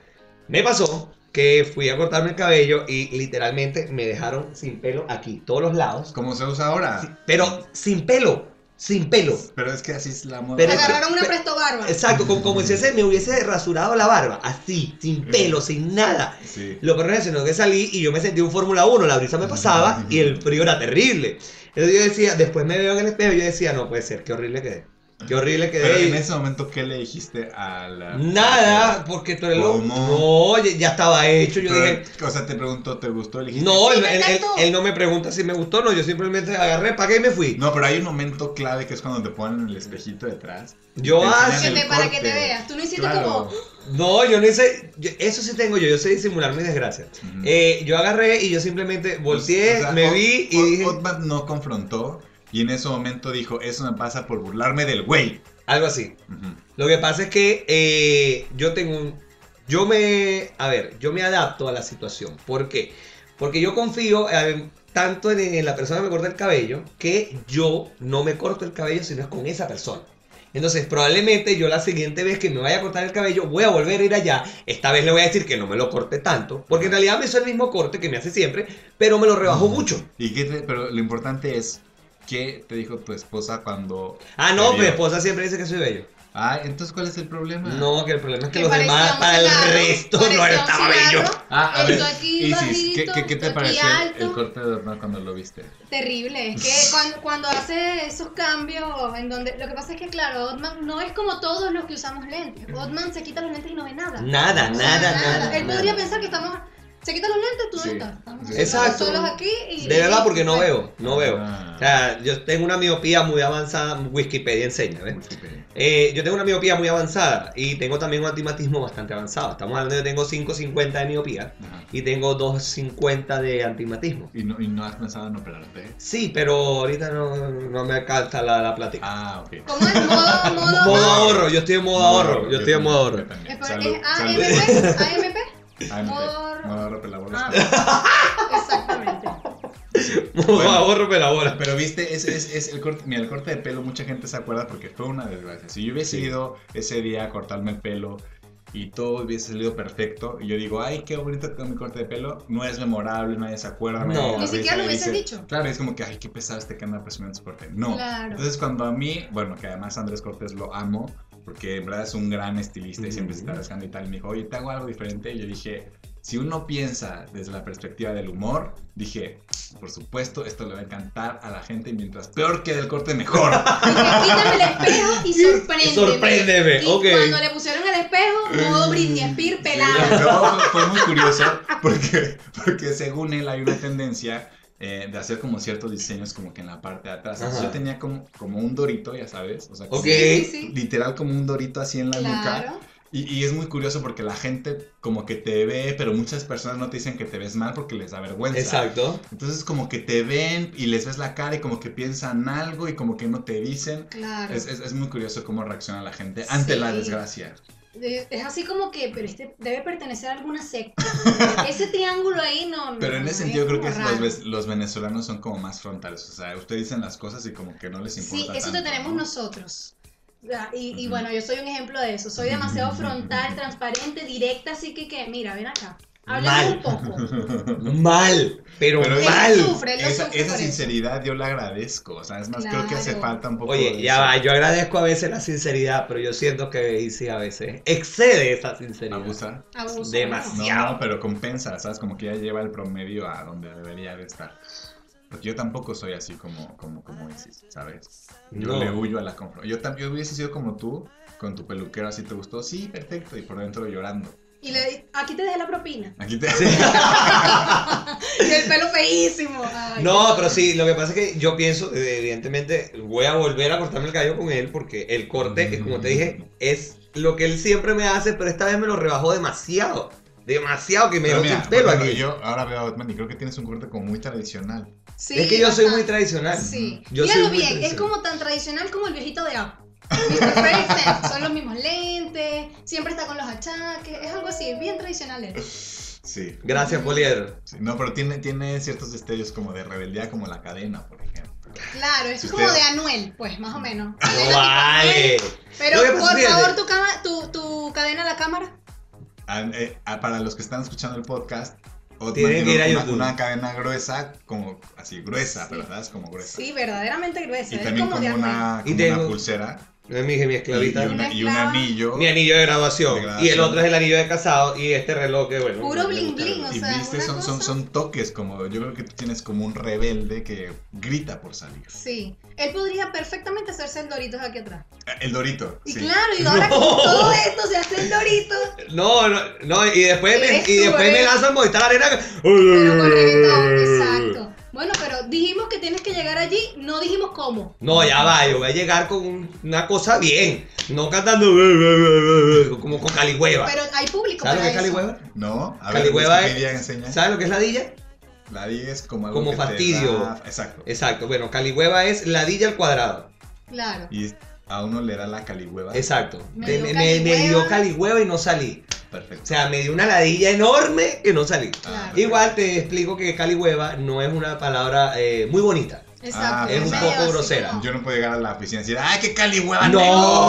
[SPEAKER 2] Me pasó que fui a cortarme el cabello y literalmente me dejaron sin pelo aquí, todos los lados.
[SPEAKER 4] Como se usa ahora.
[SPEAKER 2] Sí, Pero sin pelo, sin pelo.
[SPEAKER 4] Pero es que así es la moda.
[SPEAKER 2] Pero-
[SPEAKER 3] Agarraron una
[SPEAKER 2] pero-
[SPEAKER 3] presto barba.
[SPEAKER 2] Exacto, como, como si ese me hubiese rasurado la barba, así, sin
[SPEAKER 4] Mm.
[SPEAKER 2] pelo, sin nada.
[SPEAKER 4] Sí.
[SPEAKER 2] Lo peor no es eso, sino que salí y yo me sentí un Fórmula 1, la brisa
[SPEAKER 4] Mm,
[SPEAKER 2] me pasaba y el frío era terrible. Entonces yo decía, después me veo en el espejo y yo decía, no puede ser, qué horrible quedé. Qué horrible quedé.
[SPEAKER 4] Pero en
[SPEAKER 2] Y-
[SPEAKER 4] ese momento, ¿qué le dijiste a la...
[SPEAKER 2] Nada, porque tú eres loco.
[SPEAKER 4] ¿Cómo?
[SPEAKER 2] No, ya- ya estaba hecho. Yo
[SPEAKER 4] Pero,
[SPEAKER 2] dije,
[SPEAKER 4] O sea, te preguntó, ¿te gustó? Le dijiste,
[SPEAKER 2] No,
[SPEAKER 3] Sí,
[SPEAKER 2] él,
[SPEAKER 3] me
[SPEAKER 2] él- él-
[SPEAKER 3] encantó.
[SPEAKER 2] él no me pregunta si me gustó o no, yo simplemente agarré, pagué y me fui.
[SPEAKER 4] No, pero hay un momento clave que es cuando te ponen el espejito detrás.
[SPEAKER 2] Yo,
[SPEAKER 4] Te
[SPEAKER 2] ah,
[SPEAKER 4] enseñan
[SPEAKER 3] Que
[SPEAKER 2] sí,
[SPEAKER 3] te-
[SPEAKER 4] el
[SPEAKER 3] para que
[SPEAKER 4] corte.
[SPEAKER 3] te veas. Tú no hiciste
[SPEAKER 4] Claro.
[SPEAKER 3] como.
[SPEAKER 2] no, yo no hice, yo- eso sí tengo yo, yo sé disimular mis desgracias.
[SPEAKER 4] Ujú.
[SPEAKER 2] Eh, yo agarré y yo simplemente volteé,
[SPEAKER 4] Mm. Pues, O sea,
[SPEAKER 2] me
[SPEAKER 4] Ot-
[SPEAKER 2] vi y
[SPEAKER 4] Ot-
[SPEAKER 2] dije
[SPEAKER 4] Otman no confrontó y en ese momento dijo, eso me pasa por burlarme del güey.
[SPEAKER 2] algo así.
[SPEAKER 4] Ujú.
[SPEAKER 2] Lo que pasa es que eh, yo tengo un, yo me, a ver, yo me adapto a la situación. ¿Por qué? Porque yo confío eh, tanto en, en la persona que me corta el cabello que yo no me corto el cabello si no es con esa persona. Entonces, probablemente yo la siguiente vez que me vaya a cortar el cabello, voy a volver a ir allá. Esta vez le voy a decir que no me lo corte tanto, porque en realidad me hizo el mismo corte que me hace siempre, pero me lo rebajó mucho.
[SPEAKER 4] ¿Y qué te- pero lo importante es, ¿qué te dijo tu esposa cuando...
[SPEAKER 2] Ah, no,
[SPEAKER 4] te
[SPEAKER 2] mi
[SPEAKER 4] vio?
[SPEAKER 2] esposa siempre dice que soy bello.
[SPEAKER 4] Ay, entonces, ¿cuál es el problema?
[SPEAKER 2] No, que el problema es que
[SPEAKER 3] Que
[SPEAKER 2] los
[SPEAKER 3] parecía
[SPEAKER 2] demás,
[SPEAKER 3] un
[SPEAKER 2] para el
[SPEAKER 3] cigarro,
[SPEAKER 2] resto, no
[SPEAKER 3] parecía un
[SPEAKER 2] estaba bello.
[SPEAKER 3] cigarro.
[SPEAKER 4] Ah, a ver,
[SPEAKER 3] Esto aquí
[SPEAKER 4] Isis, ¿qué,
[SPEAKER 3] bajito,
[SPEAKER 4] qué, qué te
[SPEAKER 3] aquí
[SPEAKER 4] pareció el- el
[SPEAKER 3] alto.
[SPEAKER 4] corte de Hernán cuando lo viste?
[SPEAKER 3] Terrible, es que cuando, cuando hace esos cambios en donde... Lo que pasa es que, claro, Otman no es como todos los que usamos lentes. Otman se quita los lentes y no ve nada.
[SPEAKER 2] Nada, nada,
[SPEAKER 3] No,
[SPEAKER 2] nada.
[SPEAKER 3] Él
[SPEAKER 2] nada.
[SPEAKER 3] podría pensar que estamos... Se quita los lentes, tú
[SPEAKER 4] Sí.
[SPEAKER 3] no estás. Estamos
[SPEAKER 4] Sí.
[SPEAKER 2] Exacto.
[SPEAKER 3] solos aquí y... pues,
[SPEAKER 2] De verdad, porque no veo, no veo.
[SPEAKER 4] Ah.
[SPEAKER 2] O sea, yo tengo una miopía muy avanzada, Wikipedia enseña, ¿ves?
[SPEAKER 4] Wikipedia.
[SPEAKER 2] Eh, yo tengo una miopía muy avanzada y tengo también un antimatismo bastante avanzado. Estamos hablando de que tengo 5.50 de miopía
[SPEAKER 4] Ajá.
[SPEAKER 2] y tengo 2.50 de antimatismo.
[SPEAKER 4] ¿Y no, ¿Y no has pensado en operarte?
[SPEAKER 2] Sí, pero ahorita no, no me alcanza la, la plática.
[SPEAKER 4] Ah, ok.
[SPEAKER 3] Como es modo... modo,
[SPEAKER 2] modo ahorro, yo estoy en modo ahorro, yo estoy en modo ahorro.
[SPEAKER 4] también.
[SPEAKER 3] Es,
[SPEAKER 4] Salud,
[SPEAKER 3] ah, es
[SPEAKER 4] salud.
[SPEAKER 3] AMP, AMP.
[SPEAKER 4] Ah, no,
[SPEAKER 3] Modo-
[SPEAKER 4] modo ahorro, pero la
[SPEAKER 3] Ah,
[SPEAKER 4] bola está-
[SPEAKER 3] exactamente.
[SPEAKER 2] Modo
[SPEAKER 4] Bueno.
[SPEAKER 2] ahorro, pero ahora.
[SPEAKER 4] Pero viste, es, es, es el corte, mira, el corte de pelo, mucha gente se acuerda porque fue una desgracia. Si yo hubiese
[SPEAKER 2] Sí.
[SPEAKER 4] ido ese día a cortarme el pelo y todo hubiese salido perfecto, y yo digo, ay, qué bonito quedó mi corte de pelo, no es memorable, nadie se acuerda. nadie
[SPEAKER 2] No.
[SPEAKER 4] da
[SPEAKER 2] Ni
[SPEAKER 4] risa,
[SPEAKER 3] siquiera lo
[SPEAKER 4] nadie
[SPEAKER 3] hubiesen
[SPEAKER 4] dice-
[SPEAKER 3] dicho.
[SPEAKER 4] Claro, es como que, ay, qué pesado este que anda presumiendo su corte. No.
[SPEAKER 3] Claro.
[SPEAKER 4] Entonces cuando a mí, bueno, que además Andrés Cortés lo amo, porque en verdad es un gran estilista y siempre se está
[SPEAKER 2] Ujú.
[SPEAKER 4] rascando y tal, y me dijo, oye, te hago algo diferente, y yo dije... Si uno piensa desde la perspectiva del humor, dije, por supuesto, esto le va a encantar a la gente. y Mientras peor quede el corte, mejor.
[SPEAKER 3] Dije, Quítame el espejo y sorpréndeme.
[SPEAKER 2] Sorpréndeme,
[SPEAKER 3] Y
[SPEAKER 2] ok.
[SPEAKER 3] cuando le pusieron el espejo, modo Britney Spears pelada.
[SPEAKER 4] Pero fue- fue muy curioso porque, porque según él hay una tendencia eh, de hacer como ciertos diseños como que en la parte de atrás. Entonces,
[SPEAKER 2] Ajá.
[SPEAKER 4] yo tenía como, como un dorito, ya sabes. O sea, como-
[SPEAKER 2] Ok.
[SPEAKER 3] Sí, sí, sí.
[SPEAKER 4] Literal como un dorito así en la nuca.
[SPEAKER 3] Claro.
[SPEAKER 4] Y, y es muy curioso porque la gente como que te ve, pero muchas personas no te dicen que te ves mal porque les da vergüenza.
[SPEAKER 2] Exacto.
[SPEAKER 4] Entonces como que te ven y les ves la cara y como que piensan algo y como que no te dicen.
[SPEAKER 3] Claro.
[SPEAKER 4] Es, es- es muy curioso cómo reacciona la gente ante
[SPEAKER 3] Sí.
[SPEAKER 4] la desgracia.
[SPEAKER 3] Eh, Es así como que, pero este debe pertenecer a alguna secta. Ese triángulo ahí no. no,
[SPEAKER 4] Pero en ese
[SPEAKER 3] no,
[SPEAKER 4] sentido creo
[SPEAKER 3] como
[SPEAKER 4] que es- los,
[SPEAKER 3] raro.
[SPEAKER 4] ves- los venezolanos son como más frontales. O sea, ustedes dicen las cosas y como que no les importa.
[SPEAKER 3] Sí, eso lo
[SPEAKER 4] tanto,
[SPEAKER 3] tenemos
[SPEAKER 4] ¿no?
[SPEAKER 3] nosotros. Ah, Y, y
[SPEAKER 4] Ujú.
[SPEAKER 3] bueno, yo soy un ejemplo de eso. Soy demasiado frontal, transparente, directa, así que, que mira, ven acá. Hablemos un
[SPEAKER 2] Mal.
[SPEAKER 3] poco.
[SPEAKER 2] Mal, pero,
[SPEAKER 4] Pero-
[SPEAKER 3] Él
[SPEAKER 2] mal.
[SPEAKER 3] sufre, él lo
[SPEAKER 4] Esa,
[SPEAKER 3] sufre
[SPEAKER 4] esa
[SPEAKER 3] por eso.
[SPEAKER 4] sinceridad yo la agradezco. O sea, es más, creo que hace
[SPEAKER 3] Claro.
[SPEAKER 4] falta un poco.
[SPEAKER 2] Oye,
[SPEAKER 4] de
[SPEAKER 2] ya
[SPEAKER 4] eso.
[SPEAKER 2] va, yo agradezco a veces la sinceridad, pero yo siento que Izzy a veces excede esa sinceridad.
[SPEAKER 4] Abusa.
[SPEAKER 3] Abuso.
[SPEAKER 2] Demasiado.
[SPEAKER 4] No, no, pero compensa, ¿sabes? Como que ya lleva el promedio a donde debería de estar. Porque yo tampoco soy así como, como, como dices, ¿sabes? Yo
[SPEAKER 2] No.
[SPEAKER 4] le huyo a la confrontación. Yo también hubiese sido como tú, con tu peluquero así te gustó. Sí, perfecto. Y por dentro llorando.
[SPEAKER 3] Y le, aquí te dejé la propina.
[SPEAKER 4] Aquí te...
[SPEAKER 3] Y el pelo feísimo. Ay,
[SPEAKER 2] No, pero sí, lo que pasa es que yo pienso, eh, evidentemente, voy a volver a cortarme el cabello con él porque el corte, eh, como te dije, es lo que él siempre me hace, pero esta vez me lo rebajó demasiado. Demasiado que me
[SPEAKER 4] Pero
[SPEAKER 2] dejó
[SPEAKER 4] mira,
[SPEAKER 2] sin pelo
[SPEAKER 4] por ejemplo,
[SPEAKER 2] aquí.
[SPEAKER 4] Yo ahora veo a Batman y creo que tienes un corte como muy tradicional.
[SPEAKER 3] sí,
[SPEAKER 2] es que yo soy muy
[SPEAKER 3] bastante.
[SPEAKER 2] tradicional.
[SPEAKER 3] Sí.
[SPEAKER 2] Yo soy
[SPEAKER 3] Míralo
[SPEAKER 2] muy
[SPEAKER 3] bien, es
[SPEAKER 2] tradicional.
[SPEAKER 3] como tan tradicional como el viejito de Up. Mr. President, son los mismos lentes, siempre está con los achaques, es algo así, bien tradicional él.
[SPEAKER 4] Sí.
[SPEAKER 2] Gracias, Poliedro.
[SPEAKER 4] No, pero tiene, tiene ciertos destellos como de rebeldía, como la cadena, por ejemplo.
[SPEAKER 3] Claro, es
[SPEAKER 4] Si
[SPEAKER 3] como
[SPEAKER 4] usted-
[SPEAKER 3] de Anuel, pues, más o menos.
[SPEAKER 2] No vale.
[SPEAKER 3] Pero
[SPEAKER 2] Lo que pasa
[SPEAKER 3] por
[SPEAKER 2] es que-
[SPEAKER 3] favor, tu, cama, tu, tu cadena a la cámara.
[SPEAKER 4] Ah, eh, ah, para los que están escuchando el podcast, Otman
[SPEAKER 2] Tienen que ir a
[SPEAKER 4] una,
[SPEAKER 2] YouTube.
[SPEAKER 4] una cadena gruesa, como así gruesa,
[SPEAKER 3] Sí.
[SPEAKER 4] pero ¿sabes? Como gruesa.
[SPEAKER 3] Sí, verdaderamente gruesa.
[SPEAKER 4] Y
[SPEAKER 3] es
[SPEAKER 4] también
[SPEAKER 3] como,
[SPEAKER 4] como
[SPEAKER 3] de Anuel.
[SPEAKER 4] una,
[SPEAKER 2] Y
[SPEAKER 4] como una
[SPEAKER 2] tengo-
[SPEAKER 4] pulsera
[SPEAKER 2] No es mi, mi
[SPEAKER 4] y, y
[SPEAKER 2] esclavita.
[SPEAKER 4] una- y un
[SPEAKER 3] Una esclava.
[SPEAKER 4] anillo.
[SPEAKER 2] Mi anillo de graduación,
[SPEAKER 4] De
[SPEAKER 2] Y el
[SPEAKER 4] graduación.
[SPEAKER 2] otro es el anillo de casado. Y este reloj que, bueno.
[SPEAKER 3] Puro
[SPEAKER 2] me
[SPEAKER 3] bling
[SPEAKER 2] gusta.
[SPEAKER 3] bling, o
[SPEAKER 4] Y
[SPEAKER 3] sea,
[SPEAKER 4] viste,
[SPEAKER 3] una
[SPEAKER 4] son, son,
[SPEAKER 3] cosa-
[SPEAKER 4] son toques como, yo creo que tú tienes como un rebelde que grita por salir.
[SPEAKER 3] Sí, él podría perfectamente hacerse el Doritos aquí atrás.
[SPEAKER 4] Eh, El Dorito.
[SPEAKER 3] Y
[SPEAKER 4] sí.
[SPEAKER 3] claro, y ahora con todo esto se hace el Dorito.
[SPEAKER 2] No, no, no, y después me,
[SPEAKER 3] Eres
[SPEAKER 2] y
[SPEAKER 3] tú,
[SPEAKER 2] después
[SPEAKER 3] eres-
[SPEAKER 2] me lanzan por estar arena.
[SPEAKER 3] Pero con reggaetón, exacto. Bueno, pero dijimos que tienes que llegar allí, no dijimos cómo.
[SPEAKER 2] No, ya va, yo voy a llegar con un- una cosa bien. No cantando como con
[SPEAKER 4] Ah.
[SPEAKER 2] calihueva.
[SPEAKER 3] Pero hay público
[SPEAKER 2] ¿Sabes lo que
[SPEAKER 3] para
[SPEAKER 2] es
[SPEAKER 3] eso.
[SPEAKER 2] calihueva?
[SPEAKER 4] No, a
[SPEAKER 2] Calihueva
[SPEAKER 4] ver,
[SPEAKER 2] es-
[SPEAKER 4] Wikipedia enseña.
[SPEAKER 2] ¿Sabes lo que es ladilla?
[SPEAKER 4] La 10 es como algo
[SPEAKER 2] Como
[SPEAKER 4] que te
[SPEAKER 2] fastidio.
[SPEAKER 4] da- Exacto.
[SPEAKER 2] Exacto, bueno, calihueva es ladilla al cuadrado.
[SPEAKER 3] Claro.
[SPEAKER 4] Y a uno le da la calihueva.
[SPEAKER 2] Exacto.
[SPEAKER 3] Me
[SPEAKER 2] De-
[SPEAKER 3] dio
[SPEAKER 2] me, me- me dio
[SPEAKER 3] calihueva.
[SPEAKER 2] calihueva y no salí. O
[SPEAKER 4] Perfecto. Ah,
[SPEAKER 2] sea, me dio una ladilla enorme que no salí.
[SPEAKER 3] Claro.
[SPEAKER 4] perfecto.
[SPEAKER 2] Igual te explico que calihueva no es una palabra eh, muy bonita.
[SPEAKER 3] Exacto.
[SPEAKER 4] es un
[SPEAKER 3] medio
[SPEAKER 4] poco
[SPEAKER 3] así
[SPEAKER 2] grosera.
[SPEAKER 3] como-
[SPEAKER 4] Yo no puedo llegar a la oficina y decir, ¡ay, qué calihueva!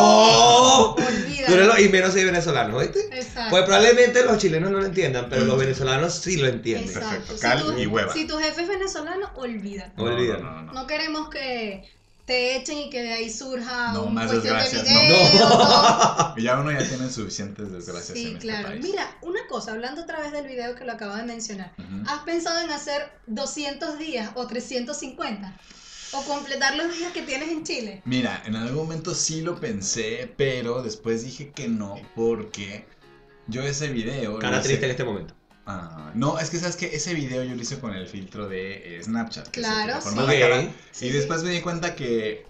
[SPEAKER 2] ¡No!
[SPEAKER 3] Olvídalo.
[SPEAKER 2] Tú eres lo- Y menos soy venezolano, ¿viste?
[SPEAKER 3] Exacto.
[SPEAKER 2] Pues probablemente los chilenos no lo entiendan, pero
[SPEAKER 4] Mm.
[SPEAKER 2] los venezolanos sí lo entienden.
[SPEAKER 3] Exacto.
[SPEAKER 4] Perfecto,
[SPEAKER 3] Si
[SPEAKER 4] cal
[SPEAKER 3] tu-
[SPEAKER 4] y hueva.
[SPEAKER 3] Si tu jefe es venezolano, olvídalo.
[SPEAKER 4] No, no,
[SPEAKER 2] Olvídalo.
[SPEAKER 4] no, no, no.
[SPEAKER 3] No queremos que te echen y que de ahí surja
[SPEAKER 4] No,
[SPEAKER 3] un
[SPEAKER 4] más
[SPEAKER 3] cuestión
[SPEAKER 4] desgracias,
[SPEAKER 3] de
[SPEAKER 4] no.
[SPEAKER 3] video. todo.
[SPEAKER 4] Ya uno ya tiene suficientes desgracias en
[SPEAKER 3] Sí,
[SPEAKER 4] este
[SPEAKER 3] claro.
[SPEAKER 4] país.
[SPEAKER 3] Mira, una cosa, hablando otra vez del video que lo acabo de mencionar.
[SPEAKER 4] Ujú.
[SPEAKER 3] ¿Has pensado en hacer 200 días o 350? ¿O completar los días que tienes en Chile?
[SPEAKER 4] Mira, en algún momento sí lo pensé, pero después dije que no, porque yo ese video. lo
[SPEAKER 2] Cara
[SPEAKER 4] hice-
[SPEAKER 2] triste en este momento.
[SPEAKER 4] Ah, no, es que sabes que ese video yo lo hice con el filtro de eh, Snapchat. que se
[SPEAKER 3] Claro,
[SPEAKER 4] te
[SPEAKER 3] Por
[SPEAKER 4] forma
[SPEAKER 2] Ok.
[SPEAKER 4] la cara.
[SPEAKER 3] Sí,
[SPEAKER 4] y
[SPEAKER 3] sí.
[SPEAKER 4] después me di cuenta que.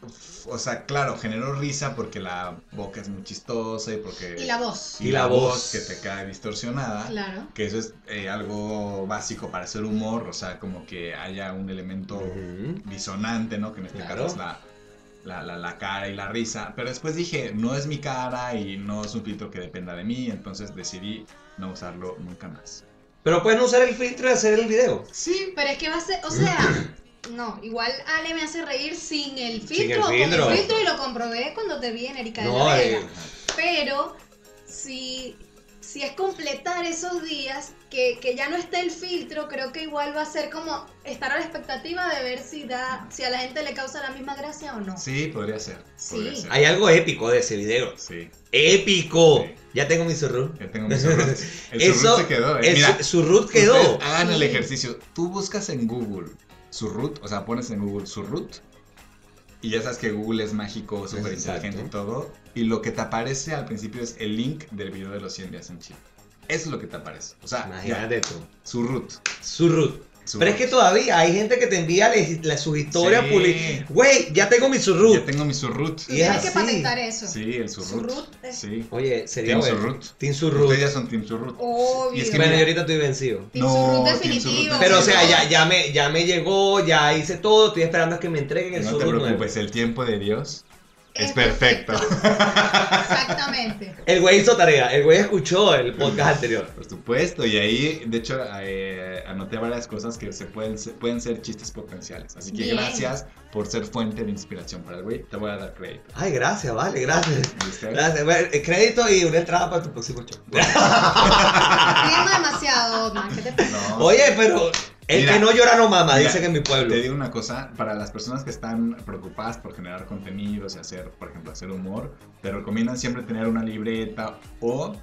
[SPEAKER 4] uf, O sea, claro, generó risa porque la boca es muy chistosa y porque.
[SPEAKER 3] Y la voz.
[SPEAKER 4] y
[SPEAKER 2] Y
[SPEAKER 4] la
[SPEAKER 2] la
[SPEAKER 4] voz,
[SPEAKER 2] voz.
[SPEAKER 4] que te cae distorsionada.
[SPEAKER 3] Claro.
[SPEAKER 4] Que eso es eh, algo básico para hacer humor, o sea, como que haya un elemento
[SPEAKER 2] Ujú.
[SPEAKER 4] disonante, ¿no? Que en este
[SPEAKER 2] Claro.
[SPEAKER 4] caso es la, la, la- la cara y la risa. Pero después dije, no es mi cara y no es un filtro que dependa de mí, entonces decidí no usarlo nunca más.
[SPEAKER 2] Pero puedes no usar el filtro y hacer el video.
[SPEAKER 4] Sí.
[SPEAKER 3] Pero es que va a ser, o sea, no, igual Ale me hace reír sin el filtro,
[SPEAKER 2] Sin el
[SPEAKER 3] o
[SPEAKER 2] filtro.
[SPEAKER 3] con el filtro y lo comprobé cuando te vi en Erika de
[SPEAKER 2] No,
[SPEAKER 3] la
[SPEAKER 2] eh,
[SPEAKER 3] Vega. Pero si, si es completar esos días que, que ya no esté el filtro, creo que igual va a ser como estar a la expectativa de ver si da, si a la gente le causa la misma gracia o no.
[SPEAKER 4] Sí, podría ser.
[SPEAKER 3] Sí.
[SPEAKER 4] Podría ser.
[SPEAKER 2] Hay algo épico de ese video.
[SPEAKER 4] Sí,
[SPEAKER 2] ¡Épico!
[SPEAKER 4] Sí.
[SPEAKER 2] Ya tengo mi surrut.
[SPEAKER 4] ya tengo mis errores. El
[SPEAKER 2] Eso-
[SPEAKER 4] surrut se quedó. eh.
[SPEAKER 2] El
[SPEAKER 4] Mira,
[SPEAKER 2] su- surrut quedó.
[SPEAKER 4] ustedes hagan el
[SPEAKER 3] Sí.
[SPEAKER 4] ejercicio. Tú buscas en Google su root, o sea, pones en Google su root. Y ya sabes que Google es mágico, súper inteligente y todo. Y lo que te aparece al principio es el link del video de los 100 días en Chile. Eso es lo que te aparece. O sea,
[SPEAKER 2] Imagínate tú.
[SPEAKER 4] su root.
[SPEAKER 2] Surrut.
[SPEAKER 4] su
[SPEAKER 2] Pero es que
[SPEAKER 4] root.
[SPEAKER 2] todavía hay gente que te envía les- la- sus historias
[SPEAKER 4] Sí.
[SPEAKER 2] public- Güey, ya tengo mi
[SPEAKER 4] Ya
[SPEAKER 2] surrut.
[SPEAKER 4] tengo mi su root.
[SPEAKER 3] Tú
[SPEAKER 2] Y es
[SPEAKER 3] tienes
[SPEAKER 2] así.
[SPEAKER 3] que patentar eso.
[SPEAKER 4] Sí, el su
[SPEAKER 3] Su
[SPEAKER 4] root.
[SPEAKER 3] root es-
[SPEAKER 4] Sí.
[SPEAKER 2] Oye, eh. sería
[SPEAKER 4] Team
[SPEAKER 2] bueno.
[SPEAKER 4] Surrut.
[SPEAKER 2] Team Surrut.
[SPEAKER 4] Ustedes ya son Team su root.
[SPEAKER 3] Obvio.
[SPEAKER 4] Y es que
[SPEAKER 2] Bueno,
[SPEAKER 4] mira,
[SPEAKER 2] yo ahorita estoy vencido.
[SPEAKER 3] Team Surrut
[SPEAKER 4] No, Team Surrut
[SPEAKER 3] definitivo.
[SPEAKER 2] Pero o
[SPEAKER 4] sí,
[SPEAKER 2] sea,
[SPEAKER 4] no.
[SPEAKER 2] ya, ya, me, ya me llegó, ya hice todo, estoy esperando a que me entreguen el
[SPEAKER 4] no te
[SPEAKER 2] surrut nuevo.
[SPEAKER 4] preocupes, el tiempo de Dios es,
[SPEAKER 3] Es
[SPEAKER 4] perfecto.
[SPEAKER 3] Exactamente.
[SPEAKER 2] El güey hizo tarea, el güey escuchó el podcast anterior.
[SPEAKER 4] Por supuesto, y ahí, de hecho, eh, anoté varias cosas que se pueden, se- pueden ser chistes potenciales. Así que
[SPEAKER 3] Bien.
[SPEAKER 4] gracias por ser fuente de inspiración para el güey. Te voy a dar crédito.
[SPEAKER 2] Ay, gracias, vale, gracias.
[SPEAKER 4] ¿Viste?
[SPEAKER 2] Gracias. Bueno, el crédito y una entrada para tu próximo show.
[SPEAKER 3] Riendo demasiado, Otman. ¿Qué te pasa?
[SPEAKER 4] No.
[SPEAKER 2] Oye, pero el
[SPEAKER 4] Mira,
[SPEAKER 2] que no llora no mama,
[SPEAKER 4] mira,
[SPEAKER 2] dicen en mi pueblo.
[SPEAKER 4] Te digo una cosa, para las personas que están preocupadas por generar contenidos y hacer, por ejemplo, hacer humor, te recomiendan siempre tener una libreta o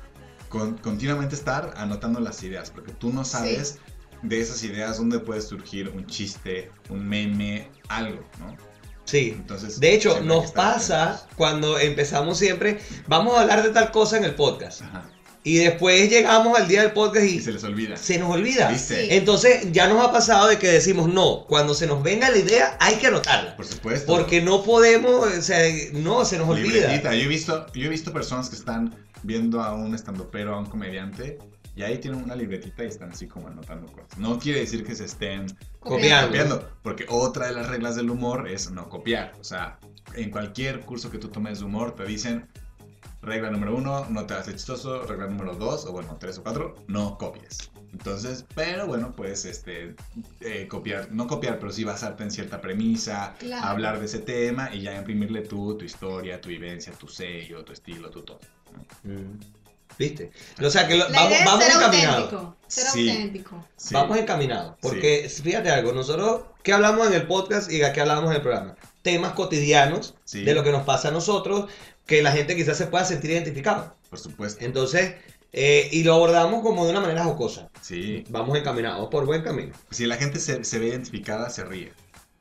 [SPEAKER 4] con- continuamente estar anotando las ideas, porque tú no sabes de esas ideas dónde puede surgir un chiste, un meme, algo, ¿no?
[SPEAKER 2] Sí.
[SPEAKER 4] Entonces,
[SPEAKER 2] De hecho,
[SPEAKER 4] siempre hay que
[SPEAKER 2] nos
[SPEAKER 4] estar
[SPEAKER 2] pasa cuando empezamos siempre, vamos a hablar de tal cosa en el podcast.
[SPEAKER 4] atentos. Ajá.
[SPEAKER 2] Y después llegamos al día del podcast
[SPEAKER 4] Y
[SPEAKER 2] y
[SPEAKER 4] se les olvida.
[SPEAKER 2] se nos olvida.
[SPEAKER 4] ¿Viste?
[SPEAKER 3] Sí.
[SPEAKER 2] Entonces ya nos ha pasado de que decimos, no, cuando se nos venga la idea hay que anotarla.
[SPEAKER 4] Por supuesto.
[SPEAKER 2] Porque no podemos, o sea, no, se nos olvida.
[SPEAKER 4] Libretita. Yo he visto, yo he visto personas que están viendo a un estandopero, a un comediante, y ahí tienen una libretita y están así como anotando cosas. No quiere decir que se estén
[SPEAKER 2] Copiando.
[SPEAKER 4] copiando, porque otra de las reglas del humor es no copiar. O sea, en cualquier curso que tú tomes de humor te dicen regla número uno, no te hagas chistoso, regla número dos, o bueno, tres o cuatro, no copies. Entonces, pero bueno, pues este, eh, copiar, no copiar, pero sí basarte en cierta premisa,
[SPEAKER 3] Claro.
[SPEAKER 4] hablar de ese tema y ya imprimirle tú, tu historia, tu vivencia, tu sello, tu estilo, tu todo.
[SPEAKER 2] Mm. ¿Viste? O sea, que lo-
[SPEAKER 3] La
[SPEAKER 2] vamos,
[SPEAKER 3] idea
[SPEAKER 2] vamos
[SPEAKER 3] es ser
[SPEAKER 2] encaminados.
[SPEAKER 3] auténtico. Ser
[SPEAKER 4] Sí.
[SPEAKER 3] auténtico.
[SPEAKER 4] Sí.
[SPEAKER 2] Vamos encaminados. Porque fíjate algo, nosotros, ¿qué hablamos en el podcast y a qué hablamos en el programa? Temas cotidianos
[SPEAKER 4] Sí.
[SPEAKER 2] de lo que nos pasa a nosotros, que la gente quizás se pueda sentir identificado.
[SPEAKER 4] Por supuesto.
[SPEAKER 2] Entonces, eh, y lo abordamos como de una manera jocosa.
[SPEAKER 4] Sí.
[SPEAKER 2] Vamos encaminados por buen camino.
[SPEAKER 4] Si la gente se, se ve identificada, se ríe.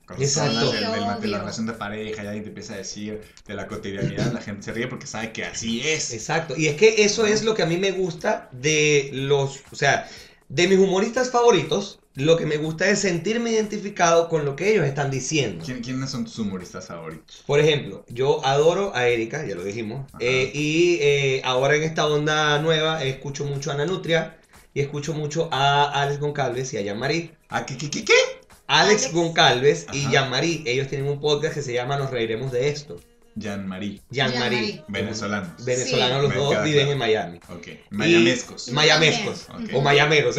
[SPEAKER 4] Cuando
[SPEAKER 2] Exacto.
[SPEAKER 4] hablas del-
[SPEAKER 3] Sí,
[SPEAKER 4] del- de la
[SPEAKER 3] obvio.
[SPEAKER 4] relación de pareja, ya alguien te empieza a decir de la cotidianidad, la gente se ríe porque sabe que así es.
[SPEAKER 2] Exacto. Y es que eso es lo que a mí me gusta de los, o sea, de mis humoristas favoritos, lo que me gusta es sentirme identificado con lo que ellos están diciendo.
[SPEAKER 4] ¿Quién- ¿Quiénes son tus humoristas favoritos?
[SPEAKER 2] Por ejemplo, yo adoro a Erika, ya lo dijimos,
[SPEAKER 4] Ajá.
[SPEAKER 2] eh, y eh, ahora en esta onda nueva escucho mucho a Ana Nutria y escucho mucho a Alex Goncalves y a Jean-Marie.
[SPEAKER 4] ¿Ah, qué, qué, qué, qué?
[SPEAKER 2] Alex,
[SPEAKER 3] Alex.
[SPEAKER 2] Goncalves y
[SPEAKER 4] Ajá.
[SPEAKER 2] Jean-Marie, ellos tienen un podcast que se llama Nos Reiremos de Esto.
[SPEAKER 4] Jean-Marie,
[SPEAKER 2] Jean-Marie.
[SPEAKER 3] Jean-Marie.
[SPEAKER 4] venezolanos.
[SPEAKER 2] Venezolanos los
[SPEAKER 4] Me
[SPEAKER 2] dos
[SPEAKER 4] queda
[SPEAKER 2] viven
[SPEAKER 4] claro.
[SPEAKER 2] en Miami.
[SPEAKER 4] Ok, mayamescos.
[SPEAKER 2] Mayamescos.
[SPEAKER 4] Ok.
[SPEAKER 2] O mayameros.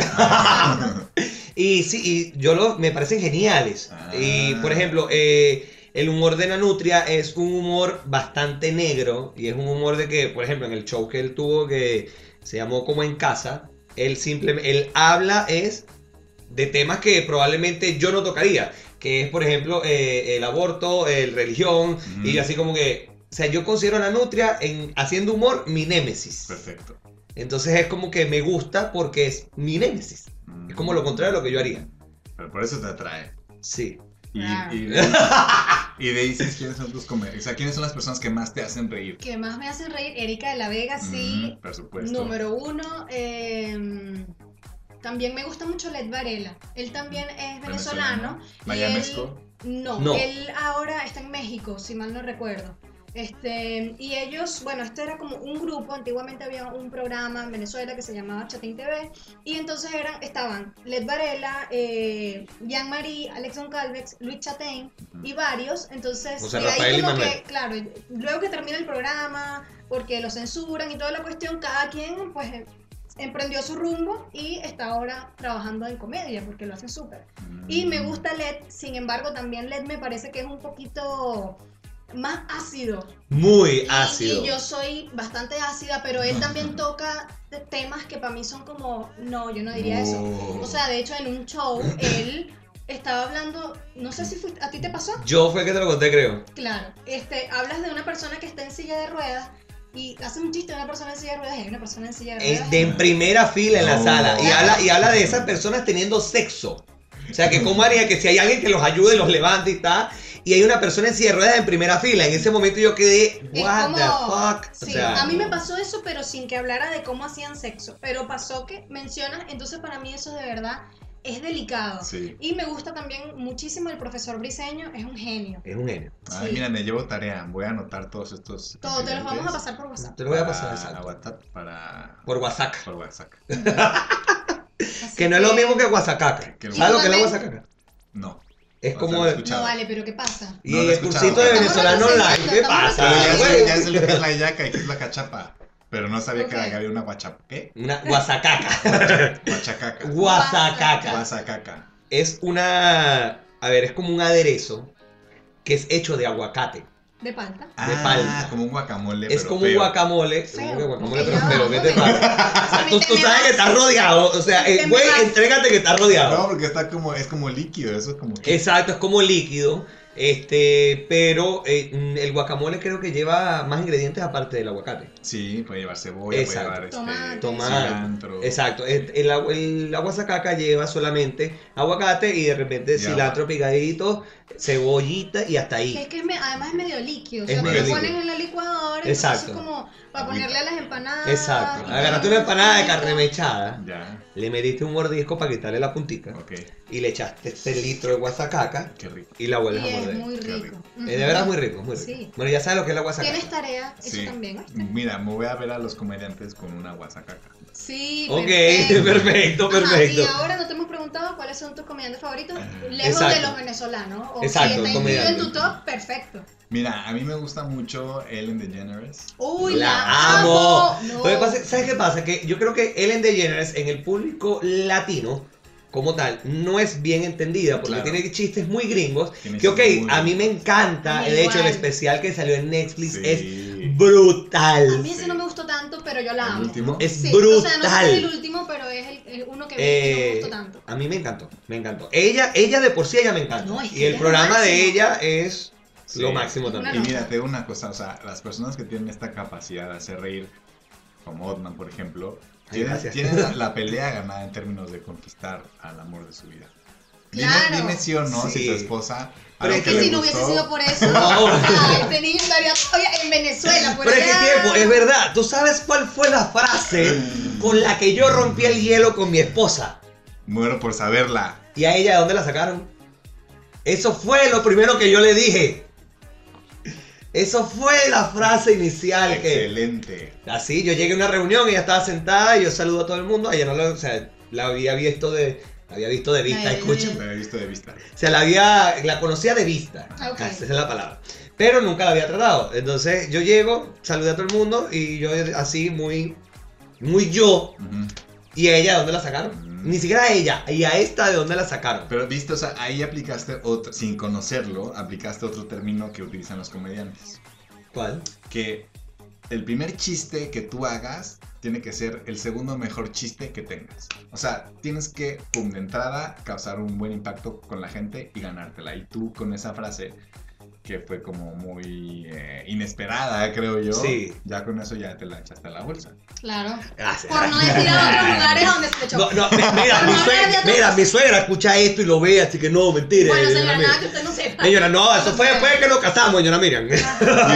[SPEAKER 2] Y sí, y yo lo, me parecen geniales.
[SPEAKER 4] Ah.
[SPEAKER 2] Y por ejemplo, eh, el humor de Nanutria es un humor bastante negro y es un humor de que, por ejemplo, en el show que él tuvo que se llamó Como en casa, él simplemente, él habla es de temas que probablemente yo no tocaría, que es por ejemplo eh, el aborto, el religión,
[SPEAKER 4] Ujú.
[SPEAKER 2] y así como que, o sea, yo considero a la nutria en haciendo humor mi némesis.
[SPEAKER 4] Perfecto.
[SPEAKER 2] Entonces es como que me gusta porque es mi némesis.
[SPEAKER 4] Mm.
[SPEAKER 2] Es como lo contrario a lo que yo haría.
[SPEAKER 4] Pero por eso te atrae.
[SPEAKER 2] Sí.
[SPEAKER 4] Y,
[SPEAKER 3] Claro.
[SPEAKER 4] y, y de ahí dices quiénes son tus comediantes. O sea, quiénes son las personas que más te hacen reír.
[SPEAKER 3] Que más me hacen reír, Erika de la Vega, Ah, sí.
[SPEAKER 4] Mm, por
[SPEAKER 2] pues
[SPEAKER 4] supuesto.
[SPEAKER 3] Número uno, eh, también me gusta mucho Led Varela. Él también es venezolano.
[SPEAKER 4] Vaya
[SPEAKER 3] y él-
[SPEAKER 4] mezco.
[SPEAKER 3] No,
[SPEAKER 2] No.
[SPEAKER 3] él ahora está en México, si mal no recuerdo. Este, y ellos, bueno, esto era como un grupo, antiguamente había un programa en Venezuela que se llamaba Chatín TV, y entonces eran, estaban Led Varela, eh, Jean-Marie, Alexon Calvex, Luis Chatain
[SPEAKER 4] Ujú.
[SPEAKER 3] y varios, entonces
[SPEAKER 2] O sea,
[SPEAKER 3] de ahí
[SPEAKER 2] Rafael y
[SPEAKER 3] como que,
[SPEAKER 2] Manuel.
[SPEAKER 3] claro, y luego que termina el programa, porque lo censuran y toda la cuestión, cada quien pues emprendió su rumbo y está ahora trabajando en comedia, porque lo hacen súper. Y
[SPEAKER 4] Mm.
[SPEAKER 3] me gusta LED, sin embargo, también LED me parece que es un poquito más ácido.
[SPEAKER 2] Muy
[SPEAKER 3] Y-
[SPEAKER 2] ácido.
[SPEAKER 3] Y, yo soy bastante ácida, pero él también toca te- temas que para mí son como, no, yo no diría eso.
[SPEAKER 4] Oh.
[SPEAKER 3] O sea, de hecho, en un show, él estaba hablando, no sé si fuiste, ¿a ti te pasó?
[SPEAKER 2] Yo fue el que te lo conté, creo.
[SPEAKER 3] Claro, este, hablas de una persona que está en silla de ruedas y hace un chiste de una persona en silla de ruedas y hay una persona en silla de ruedas.
[SPEAKER 2] Es de en primera fila en la
[SPEAKER 4] No.
[SPEAKER 2] sala. Y habla, y habla de esas personas teniendo sexo. O sea, que cómo haría que si hay alguien que los ayude, los levante y tal. Y hay una persona en silla de ruedas en primera fila. En ese momento yo quedé,
[SPEAKER 3] Es
[SPEAKER 2] what
[SPEAKER 3] como-
[SPEAKER 2] the fuck.
[SPEAKER 3] Sí, a mí me pasó eso, pero sin que hablara de cómo hacían sexo. Pero pasó que mencionas, entonces para mí eso de verdad es delicado.
[SPEAKER 4] Sí.
[SPEAKER 3] Y me gusta también muchísimo el profesor Briseño, es un genio.
[SPEAKER 2] Es un genio.
[SPEAKER 4] Ay,
[SPEAKER 3] Sí.
[SPEAKER 4] mira, me llevo tarea. Voy a anotar todos estos.
[SPEAKER 3] Todo, te los vamos a
[SPEAKER 4] ingredientes
[SPEAKER 3] pasar por WhatsApp.
[SPEAKER 2] Te lo voy a pasar
[SPEAKER 4] para-
[SPEAKER 2] exacto.
[SPEAKER 4] WhatsApp para.
[SPEAKER 2] Por WhatsApp.
[SPEAKER 4] por WhatsApp.
[SPEAKER 3] Así
[SPEAKER 2] Que no es lo mismo que guasacaca.
[SPEAKER 4] Que-
[SPEAKER 2] ¿Sabes lo que es la
[SPEAKER 3] Igualmente-
[SPEAKER 2] guasacaca?
[SPEAKER 4] No.
[SPEAKER 2] Es
[SPEAKER 4] O
[SPEAKER 2] como
[SPEAKER 4] sea,
[SPEAKER 2] el,
[SPEAKER 4] escucha-
[SPEAKER 3] No vale, pero ¿qué pasa?
[SPEAKER 2] y
[SPEAKER 4] No, lo he
[SPEAKER 2] el
[SPEAKER 4] escuchado.
[SPEAKER 2] cursito de
[SPEAKER 4] Estamos
[SPEAKER 2] venezolano
[SPEAKER 3] representando,
[SPEAKER 2] online. ¿Qué
[SPEAKER 3] estamos
[SPEAKER 4] Pero
[SPEAKER 2] pasa?
[SPEAKER 4] ya
[SPEAKER 3] representando.
[SPEAKER 2] Ah, güey?
[SPEAKER 4] sé, ya sé lo que es la yaca y que es la cachapa. Pero no sabía
[SPEAKER 3] Ok.
[SPEAKER 4] que había una guachapa. ¿Qué?
[SPEAKER 2] Una guasacaca.
[SPEAKER 4] Guachacaca.
[SPEAKER 2] Guasacaca.
[SPEAKER 4] Guasacaca.
[SPEAKER 2] Es una. A ver, es como un aderezo que es hecho de aguacate.
[SPEAKER 3] De palta.
[SPEAKER 2] De palta.
[SPEAKER 4] Ah, como un guacamole.
[SPEAKER 2] Es
[SPEAKER 4] pero
[SPEAKER 2] como un
[SPEAKER 4] feo.
[SPEAKER 2] guacamole.
[SPEAKER 3] Feo.
[SPEAKER 2] Como que guacamole,
[SPEAKER 3] Feo.
[SPEAKER 2] pero, pero ¿qué te pasa?
[SPEAKER 3] O sea, a mí
[SPEAKER 2] Tú,
[SPEAKER 3] te
[SPEAKER 2] tú
[SPEAKER 3] me
[SPEAKER 2] sabes que
[SPEAKER 3] vas-
[SPEAKER 2] estás rodeado. O sea, eh,
[SPEAKER 3] Te me
[SPEAKER 2] güey,
[SPEAKER 3] vas.
[SPEAKER 2] entrégate que estás rodeado.
[SPEAKER 4] No, porque está como, es como líquido, eso es como que.
[SPEAKER 2] Exacto, es como líquido. Este, pero eh, mm, el guacamole creo que lleva más ingredientes aparte del aguacate.
[SPEAKER 4] Sí, puede llevar cebolla,
[SPEAKER 2] Exacto.
[SPEAKER 4] puede llevar
[SPEAKER 3] Tomate.
[SPEAKER 4] este,
[SPEAKER 2] Tomate.
[SPEAKER 4] cilantro.
[SPEAKER 2] Exacto, el, el, agu- el aguasacaca lleva solamente aguacate y de repente
[SPEAKER 4] Ya.
[SPEAKER 2] cilantro picadito, cebollita y hasta
[SPEAKER 3] Que es
[SPEAKER 2] ahí.
[SPEAKER 3] que es me- además es medio líquido. O
[SPEAKER 2] Es
[SPEAKER 3] sea, te
[SPEAKER 4] medio
[SPEAKER 3] lo
[SPEAKER 4] líquido.
[SPEAKER 3] ponen en la licuadora.
[SPEAKER 2] Exacto.
[SPEAKER 3] Entonces es como para
[SPEAKER 4] Agüita.
[SPEAKER 3] ponerle a las empanadas.
[SPEAKER 2] Exacto,
[SPEAKER 3] y
[SPEAKER 2] agarraste una empanada de carne
[SPEAKER 3] mechada.
[SPEAKER 2] mechada,
[SPEAKER 4] Ya,
[SPEAKER 2] le metiste un mordisco para quitarle la puntica
[SPEAKER 4] ok,
[SPEAKER 2] y le echaste este litro de guasacaca
[SPEAKER 4] qué rico.
[SPEAKER 2] y la
[SPEAKER 3] Y
[SPEAKER 2] vuelves a
[SPEAKER 3] es
[SPEAKER 2] morder.
[SPEAKER 3] muy
[SPEAKER 4] Qué
[SPEAKER 3] rico.
[SPEAKER 2] Eh, de verdad muy rico, muy rico.
[SPEAKER 3] Sí.
[SPEAKER 2] Bueno, ya sabes lo que es la guasacaca.
[SPEAKER 3] Tienes tarea, eso
[SPEAKER 4] Sí.
[SPEAKER 3] también. ¿oíste?
[SPEAKER 4] Mira, me voy a ver a los comediantes con una guasacaca.
[SPEAKER 3] Sí,
[SPEAKER 2] Ok,
[SPEAKER 3] perfecto.
[SPEAKER 2] perfecto,
[SPEAKER 3] Ajá,
[SPEAKER 2] perfecto. Ah,
[SPEAKER 3] y ahora no te hemos preguntado cuáles son tus comediantes favoritos, lejos de
[SPEAKER 2] Exacto.
[SPEAKER 3] los venezolanos.
[SPEAKER 2] Exacto,
[SPEAKER 3] O si está incluido en
[SPEAKER 2] comediante.
[SPEAKER 3] tu top, perfecto.
[SPEAKER 4] Mira, a mí me gusta mucho Ellen DeGeneres.
[SPEAKER 3] Uy, la,
[SPEAKER 2] La amo.
[SPEAKER 3] No.
[SPEAKER 2] Lo que pasa- ¿Sabes qué pasa? Que yo creo que Ellen DeGeneres en el público latino, como tal, no es bien entendida porque
[SPEAKER 4] Claro.
[SPEAKER 2] tiene chistes muy gringos.
[SPEAKER 4] Tiene
[SPEAKER 2] Que ok,
[SPEAKER 4] chistes muy
[SPEAKER 2] a mí me
[SPEAKER 4] gringos.
[SPEAKER 2] encanta.
[SPEAKER 3] A mí
[SPEAKER 2] de hecho, el
[SPEAKER 3] igual.
[SPEAKER 2] especial que salió en Netflix
[SPEAKER 4] Sí.
[SPEAKER 2] es
[SPEAKER 3] a
[SPEAKER 2] brutal.
[SPEAKER 3] mí ese no me gustó tanto, pero yo la
[SPEAKER 4] El
[SPEAKER 3] amo.
[SPEAKER 4] último.
[SPEAKER 2] Es
[SPEAKER 3] Sí, O sea, no
[SPEAKER 2] brutal.
[SPEAKER 3] es el último, pero es el, el uno que vi que no me
[SPEAKER 2] Eh,
[SPEAKER 3] gustó tanto.
[SPEAKER 2] A mí me encantó, me encantó. Ella, ella de por sí, ella me encanta.
[SPEAKER 3] No, es que
[SPEAKER 2] y el
[SPEAKER 3] ella es lo
[SPEAKER 2] programa de
[SPEAKER 3] máximo.
[SPEAKER 2] ella es
[SPEAKER 4] Sí.
[SPEAKER 2] lo máximo
[SPEAKER 3] Una
[SPEAKER 2] también.
[SPEAKER 4] Y mira, te digo una cosa, o sea, las personas que tienen esta capacidad de hacer reír, como Otman, por ejemplo,
[SPEAKER 2] Ay,
[SPEAKER 4] tienen,
[SPEAKER 2] gracias.
[SPEAKER 4] tienen la, la pelea ganada en términos de conquistar al amor de su vida. Dime,
[SPEAKER 3] Claro.
[SPEAKER 4] dime sí o no si
[SPEAKER 2] Sí.
[SPEAKER 4] tu esposa.
[SPEAKER 2] Pero
[SPEAKER 4] algo
[SPEAKER 2] es
[SPEAKER 3] Que
[SPEAKER 4] le
[SPEAKER 3] si no
[SPEAKER 4] gustó-
[SPEAKER 3] hubiese sido por eso,
[SPEAKER 2] No.
[SPEAKER 3] ah, este niño estaría todavía en Venezuela. Por
[SPEAKER 2] Pero es que
[SPEAKER 3] allá.
[SPEAKER 2] tiempo, es verdad. ¿Tú sabes cuál fue la frase con la que yo rompí el hielo con mi esposa?
[SPEAKER 4] Muero por saberla.
[SPEAKER 2] ¿Y a ella de dónde la sacaron? Eso fue lo primero que yo le dije. Eso fue la frase inicial que...
[SPEAKER 4] Excelente.
[SPEAKER 2] Así, yo llegué a una reunión, ella estaba sentada y yo saludo a todo el mundo. Ella no la, o sea, la había visto de... la había visto de vista,
[SPEAKER 3] Ay,
[SPEAKER 2] escucha.
[SPEAKER 4] Lo he visto de vista.
[SPEAKER 2] O sea, la había, la conocía de vista,
[SPEAKER 3] Ah, ok.
[SPEAKER 2] esa es la palabra. Pero nunca la había tratado. Entonces yo llego, saludé a todo el mundo y yo así muy, muy yo.
[SPEAKER 4] Ujú.
[SPEAKER 2] ¿Y a ella de dónde la sacaron?
[SPEAKER 4] Mm.
[SPEAKER 2] Ni siquiera a ella, y a esta de dónde la sacaron.
[SPEAKER 4] Pero viste, o sea, ahí aplicaste otro, sin conocerlo, aplicaste otro término que utilizan los comediantes.
[SPEAKER 2] ¿Cuál?
[SPEAKER 4] Que el primer chiste que tú hagas tiene que ser el segundo mejor chiste que tengas. O sea, tienes que, pum, de entrada, causar un buen impacto con la gente y ganártela. Y tú con esa frase, que fue como muy eh, inesperada, creo yo,
[SPEAKER 2] Sí.
[SPEAKER 4] ya con eso ya te la echaste a la bolsa.
[SPEAKER 3] Claro.
[SPEAKER 2] Gracias.
[SPEAKER 3] Por no decir a otros lugares donde se le echó.
[SPEAKER 2] Ah, No, no, mi- mira, mi
[SPEAKER 3] No, no,
[SPEAKER 2] suegra,
[SPEAKER 3] no, no.
[SPEAKER 2] mira, mi suegra escucha esto y lo ve, así que no, mentira.
[SPEAKER 3] bueno,
[SPEAKER 2] señora
[SPEAKER 3] señora, nada que
[SPEAKER 2] Miriam.
[SPEAKER 3] usted no sepa.
[SPEAKER 2] Señora, no, eso fue
[SPEAKER 3] Entonces,
[SPEAKER 2] después de que nos casamos, señora Miriam.
[SPEAKER 4] Y yo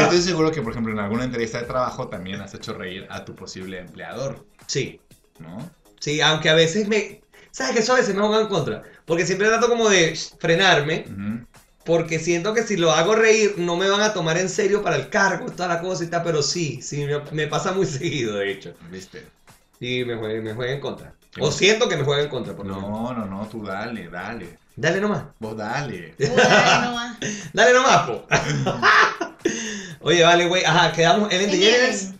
[SPEAKER 4] estoy seguro que, por ejemplo, en alguna entrevista de trabajo también has hecho reír a tu posible empleador,
[SPEAKER 2] Sí,
[SPEAKER 4] ¿no?
[SPEAKER 2] sí, aunque a veces me... ¿Sabes que eso a veces me juega en contra? Porque siempre trato como de frenarme,
[SPEAKER 4] Ujú.
[SPEAKER 2] porque siento que si lo hago reír no me van a tomar en serio para el cargo y toda la cosa y tal, pero sí, sí, me, me pasa muy seguido, de hecho.
[SPEAKER 4] ¿Viste?
[SPEAKER 2] Sí, me juega, me juega en contra. O
[SPEAKER 4] Qué bueno.
[SPEAKER 2] siento que me juega en contra, por lo menos.
[SPEAKER 4] No, no, no, tú dale, dale.
[SPEAKER 2] Dale nomás.
[SPEAKER 4] Vos dale.
[SPEAKER 3] bueno, ah, no va.
[SPEAKER 2] Dale nomás, po. Oye, vale, güey. Ajá, quedamos Ellen DeGeneres.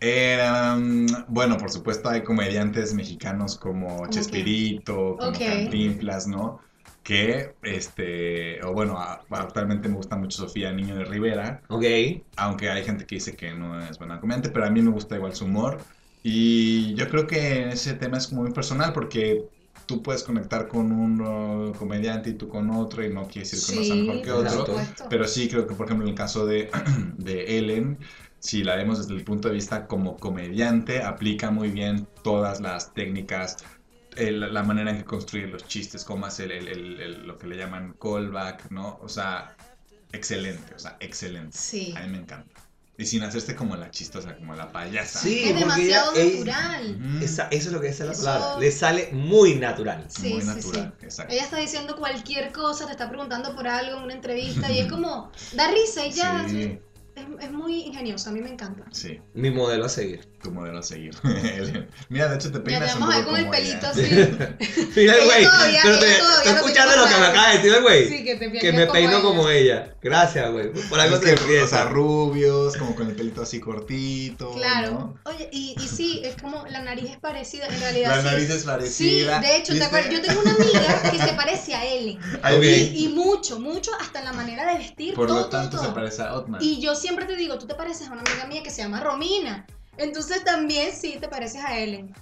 [SPEAKER 4] Eh, um, bueno, por supuesto hay comediantes mexicanos como Chespirito, como
[SPEAKER 3] Ok.
[SPEAKER 4] Cantinflas, ¿no? Que, este, o bueno, a- actualmente me gusta mucho Sofía Niño de Rivera,
[SPEAKER 2] Ok.
[SPEAKER 4] aunque hay gente que dice que no es buena comediante, pero a mí me gusta igual su humor. Y yo creo que ese tema es muy personal porque tú puedes conectar con un uh, comediante y tú con otro y no quiere decir que uno sea mejor que
[SPEAKER 3] por
[SPEAKER 4] otro.
[SPEAKER 3] supuesto.
[SPEAKER 4] Pero sí, creo que por ejemplo en el caso de, de Ellen, si la vemos desde el punto de vista como comediante, aplica muy bien todas las técnicas, el- la manera en que construye los chistes, cómo hace el- el- el- el- lo que le llaman callback, ¿no? O sea, excelente, o sea, excelente.
[SPEAKER 3] Sí.
[SPEAKER 4] A mí me encanta. Y sin hacerse como la chistosa, como la payasa.
[SPEAKER 2] Sí,
[SPEAKER 3] Es
[SPEAKER 2] porque ya-
[SPEAKER 3] demasiado
[SPEAKER 2] ey,
[SPEAKER 3] natural.
[SPEAKER 4] Ujú.
[SPEAKER 2] Esa- eso es lo que dice la
[SPEAKER 3] Eso-
[SPEAKER 2] palabra. Le sale muy natural.
[SPEAKER 3] Sí,
[SPEAKER 4] muy
[SPEAKER 3] sí,
[SPEAKER 4] natural, exacto.
[SPEAKER 3] Ella está diciendo cualquier cosa, te está preguntando por algo en una entrevista y es como, da risa y ya.
[SPEAKER 4] Sí,
[SPEAKER 3] Es, es muy ingenioso, a mí me encanta.
[SPEAKER 4] sí,
[SPEAKER 2] Mi modelo a seguir.
[SPEAKER 4] tu modelo a seguir. Ellen. Mira, de hecho te peinas un
[SPEAKER 3] vamos a ver
[SPEAKER 4] poco
[SPEAKER 3] con el
[SPEAKER 4] como ella.
[SPEAKER 3] pelito así.
[SPEAKER 2] Mira el
[SPEAKER 3] Ella
[SPEAKER 2] güey.
[SPEAKER 3] todavía-
[SPEAKER 2] Pero te, estoy
[SPEAKER 3] ella todavía no tiene
[SPEAKER 2] escuchando lo que me
[SPEAKER 3] claro.
[SPEAKER 2] acaba de decir el güey.
[SPEAKER 3] Sí, que te
[SPEAKER 2] que me peino como ella. Gracias, güey. Por algo
[SPEAKER 4] Es que,
[SPEAKER 2] te
[SPEAKER 4] o sea,
[SPEAKER 2] ríes.
[SPEAKER 4] rubios, como con el pelito así cortito.
[SPEAKER 3] Claro.
[SPEAKER 4] ¿no?
[SPEAKER 3] Oye, y, y sí, es como la nariz es parecida en realidad.
[SPEAKER 4] La
[SPEAKER 3] sí.
[SPEAKER 4] nariz es
[SPEAKER 3] Sí,
[SPEAKER 4] parecida. este
[SPEAKER 3] de hecho, ¿te
[SPEAKER 4] ¿viste?
[SPEAKER 3] acuerdas? Yo tengo una amiga que se parece a Ellen.
[SPEAKER 4] Ahí
[SPEAKER 2] Ok.
[SPEAKER 4] ves.
[SPEAKER 3] Y, y mucho, mucho, hasta en la manera de vestir,
[SPEAKER 4] Por
[SPEAKER 3] todo,
[SPEAKER 4] lo tanto,
[SPEAKER 3] todo,
[SPEAKER 4] se
[SPEAKER 3] todo.
[SPEAKER 4] parece a Otman.
[SPEAKER 3] Y yo siempre te digo, tú te pareces a una amiga mía que se llama Romina. Entonces también sí te pareces a Ellen.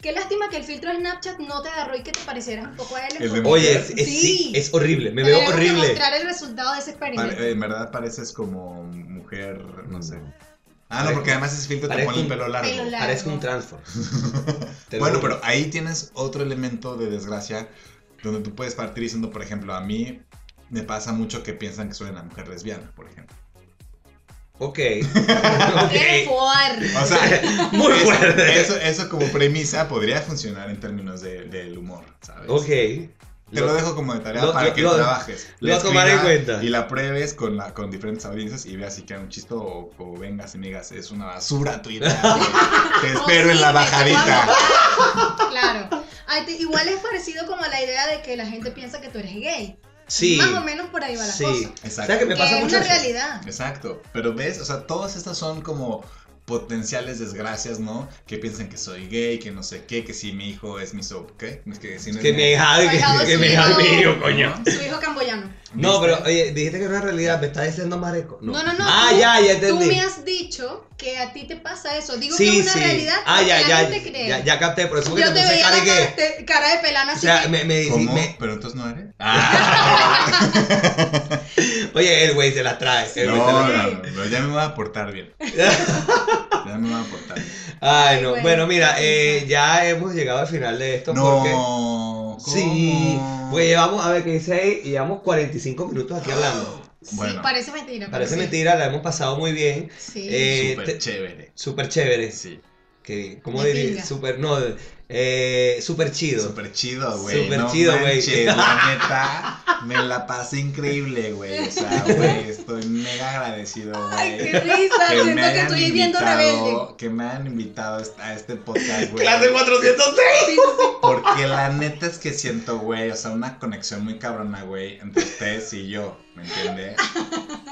[SPEAKER 3] Qué lástima que el filtro de Snapchat no te agarró y que te parecieras un poco a Ellen.
[SPEAKER 4] El de
[SPEAKER 3] porque
[SPEAKER 2] Oye, es, es-
[SPEAKER 3] Sí.
[SPEAKER 2] sí, es horrible. Me veo
[SPEAKER 3] tenemos que
[SPEAKER 2] horrible.
[SPEAKER 3] mostrar el resultado de ese
[SPEAKER 4] Pa-
[SPEAKER 3] experimento.
[SPEAKER 4] eh, en verdad pareces como mujer, no sé. Ah, no,
[SPEAKER 2] Parece-
[SPEAKER 4] porque además ese filtro te
[SPEAKER 2] Mm. parece
[SPEAKER 4] pone el
[SPEAKER 2] un
[SPEAKER 4] pelo largo.
[SPEAKER 3] pelo largo.
[SPEAKER 2] Parezco un transform. Te lo
[SPEAKER 4] Bueno,
[SPEAKER 2] juro.
[SPEAKER 4] pero ahí tienes otro elemento de desgracia donde tú puedes partir diciendo, por ejemplo, a mí me pasa mucho que piensan que soy una mujer lesbiana, por ejemplo.
[SPEAKER 2] Ok.
[SPEAKER 3] ¡Qué
[SPEAKER 2] Ok.
[SPEAKER 3] fuerte!
[SPEAKER 4] O sea,
[SPEAKER 2] Muy
[SPEAKER 4] eso,
[SPEAKER 2] fuerte.
[SPEAKER 4] eso, eso como premisa podría funcionar en términos de- del humor, ¿sabes?
[SPEAKER 2] Ok.
[SPEAKER 4] Te lo dejo como de tarea
[SPEAKER 2] lo-
[SPEAKER 4] para
[SPEAKER 2] lo-
[SPEAKER 4] que
[SPEAKER 2] lo-
[SPEAKER 4] trabajes.
[SPEAKER 2] lo
[SPEAKER 4] La
[SPEAKER 2] tomaré en
[SPEAKER 4] escribas
[SPEAKER 2] cuenta.
[SPEAKER 4] Y la pruebes con, la, con diferentes audiencias y veas si queda un chisto o, o vengas y me digas, es una basura tu idea. Te
[SPEAKER 3] No
[SPEAKER 4] espero en la
[SPEAKER 3] sirve, te
[SPEAKER 4] bajadita.
[SPEAKER 3] vamos a- Claro. Ay, te- Igual es parecido como la idea de que la gente piensa que tú eres gay.
[SPEAKER 2] Sí.
[SPEAKER 3] Más o menos por ahí va la
[SPEAKER 2] Sí.
[SPEAKER 3] cosa.
[SPEAKER 2] ¿Sabes qué
[SPEAKER 4] Exacto.
[SPEAKER 2] me
[SPEAKER 3] Que
[SPEAKER 2] pasa
[SPEAKER 3] es
[SPEAKER 2] mucho?
[SPEAKER 3] una
[SPEAKER 2] eso?
[SPEAKER 3] realidad.
[SPEAKER 4] Exacto. Pero ves, o sea, todas estas son como potenciales desgracias, ¿no? Que piensan que soy gay, que no sé qué, que si mi hijo es mi ¿qué? Es Que si no es
[SPEAKER 2] Que
[SPEAKER 4] mi-
[SPEAKER 2] me hija
[SPEAKER 3] Ay,
[SPEAKER 2] que, que me
[SPEAKER 3] Dios
[SPEAKER 2] hija
[SPEAKER 3] mío.
[SPEAKER 2] mío, coño.
[SPEAKER 3] Su hijo camboyano.
[SPEAKER 2] No,
[SPEAKER 4] ¿Viste?
[SPEAKER 2] pero oye, dijiste que era una realidad, me estás diciendo mareco.
[SPEAKER 3] No, no, no.
[SPEAKER 2] Ah,
[SPEAKER 3] tú-
[SPEAKER 2] ya, ya
[SPEAKER 3] Tú
[SPEAKER 2] entendí.
[SPEAKER 3] me has dicho que a ti te pasa eso. Digo que es una realidad
[SPEAKER 2] Ah,
[SPEAKER 3] porque
[SPEAKER 2] ya,
[SPEAKER 3] la
[SPEAKER 2] ya,
[SPEAKER 3] gente cree.
[SPEAKER 2] ya, ya capté, por eso fue que
[SPEAKER 3] Yo
[SPEAKER 2] te
[SPEAKER 3] te
[SPEAKER 2] puse
[SPEAKER 3] veía
[SPEAKER 2] cara
[SPEAKER 3] la
[SPEAKER 2] y
[SPEAKER 3] cara,
[SPEAKER 2] que.
[SPEAKER 3] te- cara de pelana
[SPEAKER 2] O
[SPEAKER 3] así.
[SPEAKER 2] sea,
[SPEAKER 3] que-
[SPEAKER 2] me, me,
[SPEAKER 4] ¿Cómo?
[SPEAKER 2] me- Ah,
[SPEAKER 4] ¿Pero entonces no eres?
[SPEAKER 2] Oye, el güey se la trae. el
[SPEAKER 4] no,
[SPEAKER 2] güey se la
[SPEAKER 4] no,
[SPEAKER 2] trae.
[SPEAKER 4] no, pero ya me voy a portar bien. Ya me voy a portar bien.
[SPEAKER 2] Ay, no. Bueno,
[SPEAKER 3] Ay, bueno,
[SPEAKER 2] mira,
[SPEAKER 3] qué
[SPEAKER 2] eh, ya hemos llegado al final de esto. porque...
[SPEAKER 4] No.
[SPEAKER 2] Sí,
[SPEAKER 4] ¿cómo?
[SPEAKER 2] pues llevamos, a ver qué dice ahí, y llevamos 45 minutos aquí hablando.
[SPEAKER 3] sí,
[SPEAKER 4] Bueno,
[SPEAKER 3] parece mentira.
[SPEAKER 2] Parece
[SPEAKER 3] pero sí.
[SPEAKER 2] mentira, la hemos pasado muy bien.
[SPEAKER 3] Sí.
[SPEAKER 2] Eh,
[SPEAKER 4] súper
[SPEAKER 2] te-
[SPEAKER 4] chévere.
[SPEAKER 2] Súper chévere.
[SPEAKER 4] Sí,
[SPEAKER 2] Qué bien. ¿Cómo
[SPEAKER 3] De
[SPEAKER 2] diría?
[SPEAKER 3] pinga.
[SPEAKER 2] Súper, no, eh, súper chido.
[SPEAKER 4] súper chido, güey.
[SPEAKER 2] Súper
[SPEAKER 4] no
[SPEAKER 2] chido, güey.
[SPEAKER 4] manches, La neta, me la pasé increíble, güey. O sea, güey, estoy mega agradecido,
[SPEAKER 3] Ay,
[SPEAKER 4] güey.
[SPEAKER 3] qué risa.
[SPEAKER 4] me
[SPEAKER 3] Siento que
[SPEAKER 4] hayan
[SPEAKER 3] estoy viendo rebelde.
[SPEAKER 4] Que me han invitado a este podcast, güey.
[SPEAKER 2] Clase 406.
[SPEAKER 3] Sí, sí, sí.
[SPEAKER 4] Porque la neta es que siento, güey, o sea, una conexión muy cabrona, güey, entre ustedes y yo, ¿me entiendes?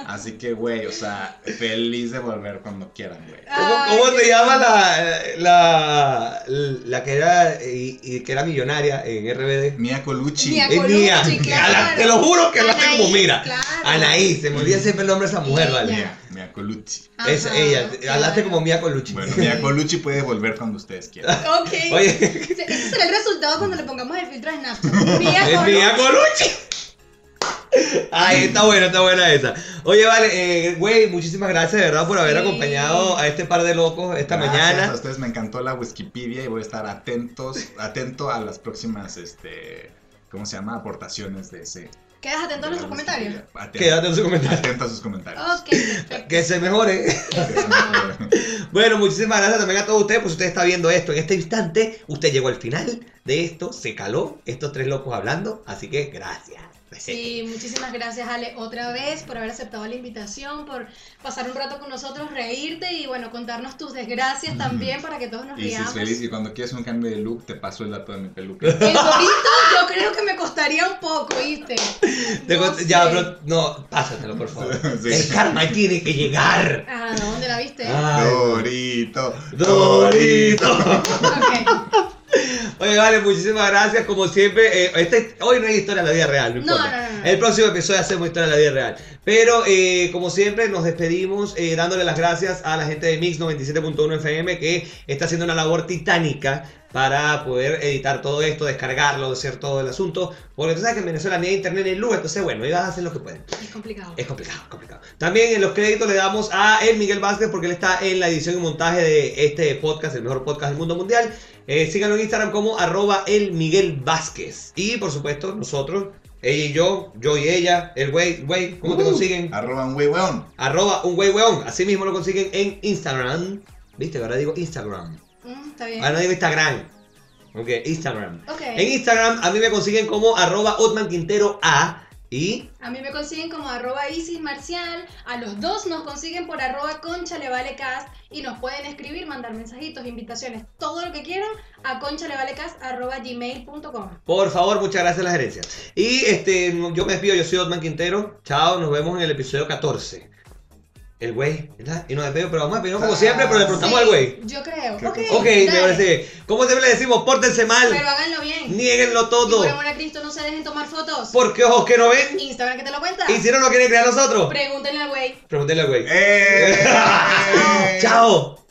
[SPEAKER 4] Así que, güey, o sea, feliz de volver cuando quieran, güey.
[SPEAKER 2] ¿Cómo,
[SPEAKER 3] Ay,
[SPEAKER 2] cómo
[SPEAKER 3] qué
[SPEAKER 2] se llama
[SPEAKER 3] lindo.
[SPEAKER 2] la, la, la que era, eh, y, y que era millonaria en RBD.
[SPEAKER 4] Mia Colucci.
[SPEAKER 3] Mia
[SPEAKER 2] Es mía.
[SPEAKER 3] Colucci, claro.
[SPEAKER 2] Ala- Te lo juro que la hace como
[SPEAKER 3] Anaí,
[SPEAKER 2] mira.
[SPEAKER 3] claro.
[SPEAKER 2] Anaí, se me
[SPEAKER 4] Mm.
[SPEAKER 2] olvida siempre el nombre de esa mujer,
[SPEAKER 3] Ella.
[SPEAKER 2] ¿vale?
[SPEAKER 4] Mia, Mia Colucci.
[SPEAKER 2] Es
[SPEAKER 3] Ajá,
[SPEAKER 2] ella.
[SPEAKER 3] claro.
[SPEAKER 2] Hablaste como Mia Colucci.
[SPEAKER 4] Bueno, Mia Colucci puede volver cuando ustedes quieran.
[SPEAKER 3] Ok.
[SPEAKER 2] Oye,
[SPEAKER 3] Ese ese será el resultado cuando le pongamos el filtro de Snapchat. Mía
[SPEAKER 2] es
[SPEAKER 3] con-
[SPEAKER 2] Mia Colucci. Ay, está buena, está buena esa. Oye, vale, eh, güey, muchísimas gracias de verdad por haber
[SPEAKER 3] Sí.
[SPEAKER 2] acompañado a este par de locos esta
[SPEAKER 4] Gracias
[SPEAKER 2] mañana.
[SPEAKER 4] A ustedes me encantó la Wikipedia y voy a estar atentos, atento a las próximas, este, ¿cómo se llama? Aportaciones de ese.
[SPEAKER 3] Quedas atento a
[SPEAKER 4] de la
[SPEAKER 3] nuestros comentarios.
[SPEAKER 4] Wikipedia. Atento,
[SPEAKER 2] Quédate en su comentario.
[SPEAKER 4] atento a sus comentarios.
[SPEAKER 3] Ok, perfecto.
[SPEAKER 2] Que se mejore. Bueno, muchísimas gracias también a todos ustedes, pues usted está viendo esto en este instante. Usted llegó al final de esto, se caló, estos tres locos hablando, así que gracias.
[SPEAKER 3] Sí, muchísimas gracias Ale otra vez por haber aceptado la invitación, por pasar un rato con nosotros, reírte y bueno, contarnos tus desgracias también para que todos nos
[SPEAKER 4] Y si es
[SPEAKER 3] riamos.
[SPEAKER 4] feliz y cuando quieres un cambio de look, te paso el dato de mi peluca.
[SPEAKER 3] El gorrito yo creo que me costaría un poco, ¿viste?
[SPEAKER 2] Te
[SPEAKER 3] No
[SPEAKER 2] cont- ya,
[SPEAKER 3] sé.
[SPEAKER 2] bro, no, pásatelo, por favor.
[SPEAKER 4] Sí.
[SPEAKER 2] El karma tiene que llegar.
[SPEAKER 3] Ah, ¿de ¿dónde la viste?
[SPEAKER 2] Ay,
[SPEAKER 4] Dorito.
[SPEAKER 2] Dorito.
[SPEAKER 3] Ok.
[SPEAKER 2] Oye, vale, muchísimas gracias. Como siempre, eh, este- hoy no hay historia de la vida real. No,
[SPEAKER 3] No,
[SPEAKER 2] importa.
[SPEAKER 3] no, no, no.
[SPEAKER 2] El próximo episodio hacemos historia de la vida real. Pero, eh, como siempre, nos despedimos eh, dándole las gracias a la gente de Mix 97.1 FM que está haciendo una labor titánica para poder editar todo esto, descargarlo, hacer todo el asunto. Porque tú sabes que en Venezuela ni hay internet ni luz, entonces, bueno, ahí vas a hacer lo que pueden.
[SPEAKER 3] Es complicado.
[SPEAKER 2] Es complicado, es complicado. También en los créditos le damos a el Miguel Vázquez porque él está en la edición y montaje de este podcast, el mejor podcast del mundo mundial. Eh, síganlo en Instagram como arroba el Miguel Vázquez. Y por supuesto, nosotros, ella y yo, yo y ella, el güey, güey, ¿cómo te consiguen?
[SPEAKER 4] Arroba un güey, weón.
[SPEAKER 2] Arroba un güey weón. Así mismo lo consiguen en Instagram. ¿Viste? Ahora digo Instagram.
[SPEAKER 3] Mm, está bien.
[SPEAKER 2] Ahora no digo Instagram. Ok, Instagram.
[SPEAKER 3] Ok.
[SPEAKER 2] En Instagram a mí me consiguen como arroba Otman Quintero A y
[SPEAKER 3] A mí me consiguen como arroba Isis Marcial, a los dos nos consiguen por arroba conchalevalecast y nos pueden escribir, mandar mensajitos, invitaciones, todo lo que quieran a conchalevalecast arroba gmail.com.
[SPEAKER 2] Por favor, muchas gracias a la gerencia. Y este, yo me despido, yo soy Otman Quintero. Chao, nos vemos en el episodio 14. El güey, ¿verdad? Y nos despido, pero vamos a despedirnos como siempre, pero le preguntamos al güey.
[SPEAKER 3] Yo creo.
[SPEAKER 4] Creo
[SPEAKER 3] Ok,
[SPEAKER 4] que-
[SPEAKER 2] Ok,
[SPEAKER 3] dale.
[SPEAKER 2] me parece. bien. Como siempre le decimos, pórtense
[SPEAKER 3] Pero
[SPEAKER 2] mal,
[SPEAKER 3] háganlo bien.
[SPEAKER 2] nieguenlo
[SPEAKER 3] Y
[SPEAKER 2] todo.
[SPEAKER 3] por amor a Cristo no se dejen tomar fotos.
[SPEAKER 2] Porque ojos que no ven,
[SPEAKER 3] Instagram que te lo cuenta.
[SPEAKER 2] y si no lo quieren creer nosotros,
[SPEAKER 3] Pregúntenle al güey.
[SPEAKER 2] pregúntenle al güey.
[SPEAKER 4] ¡Eh!
[SPEAKER 2] Chao.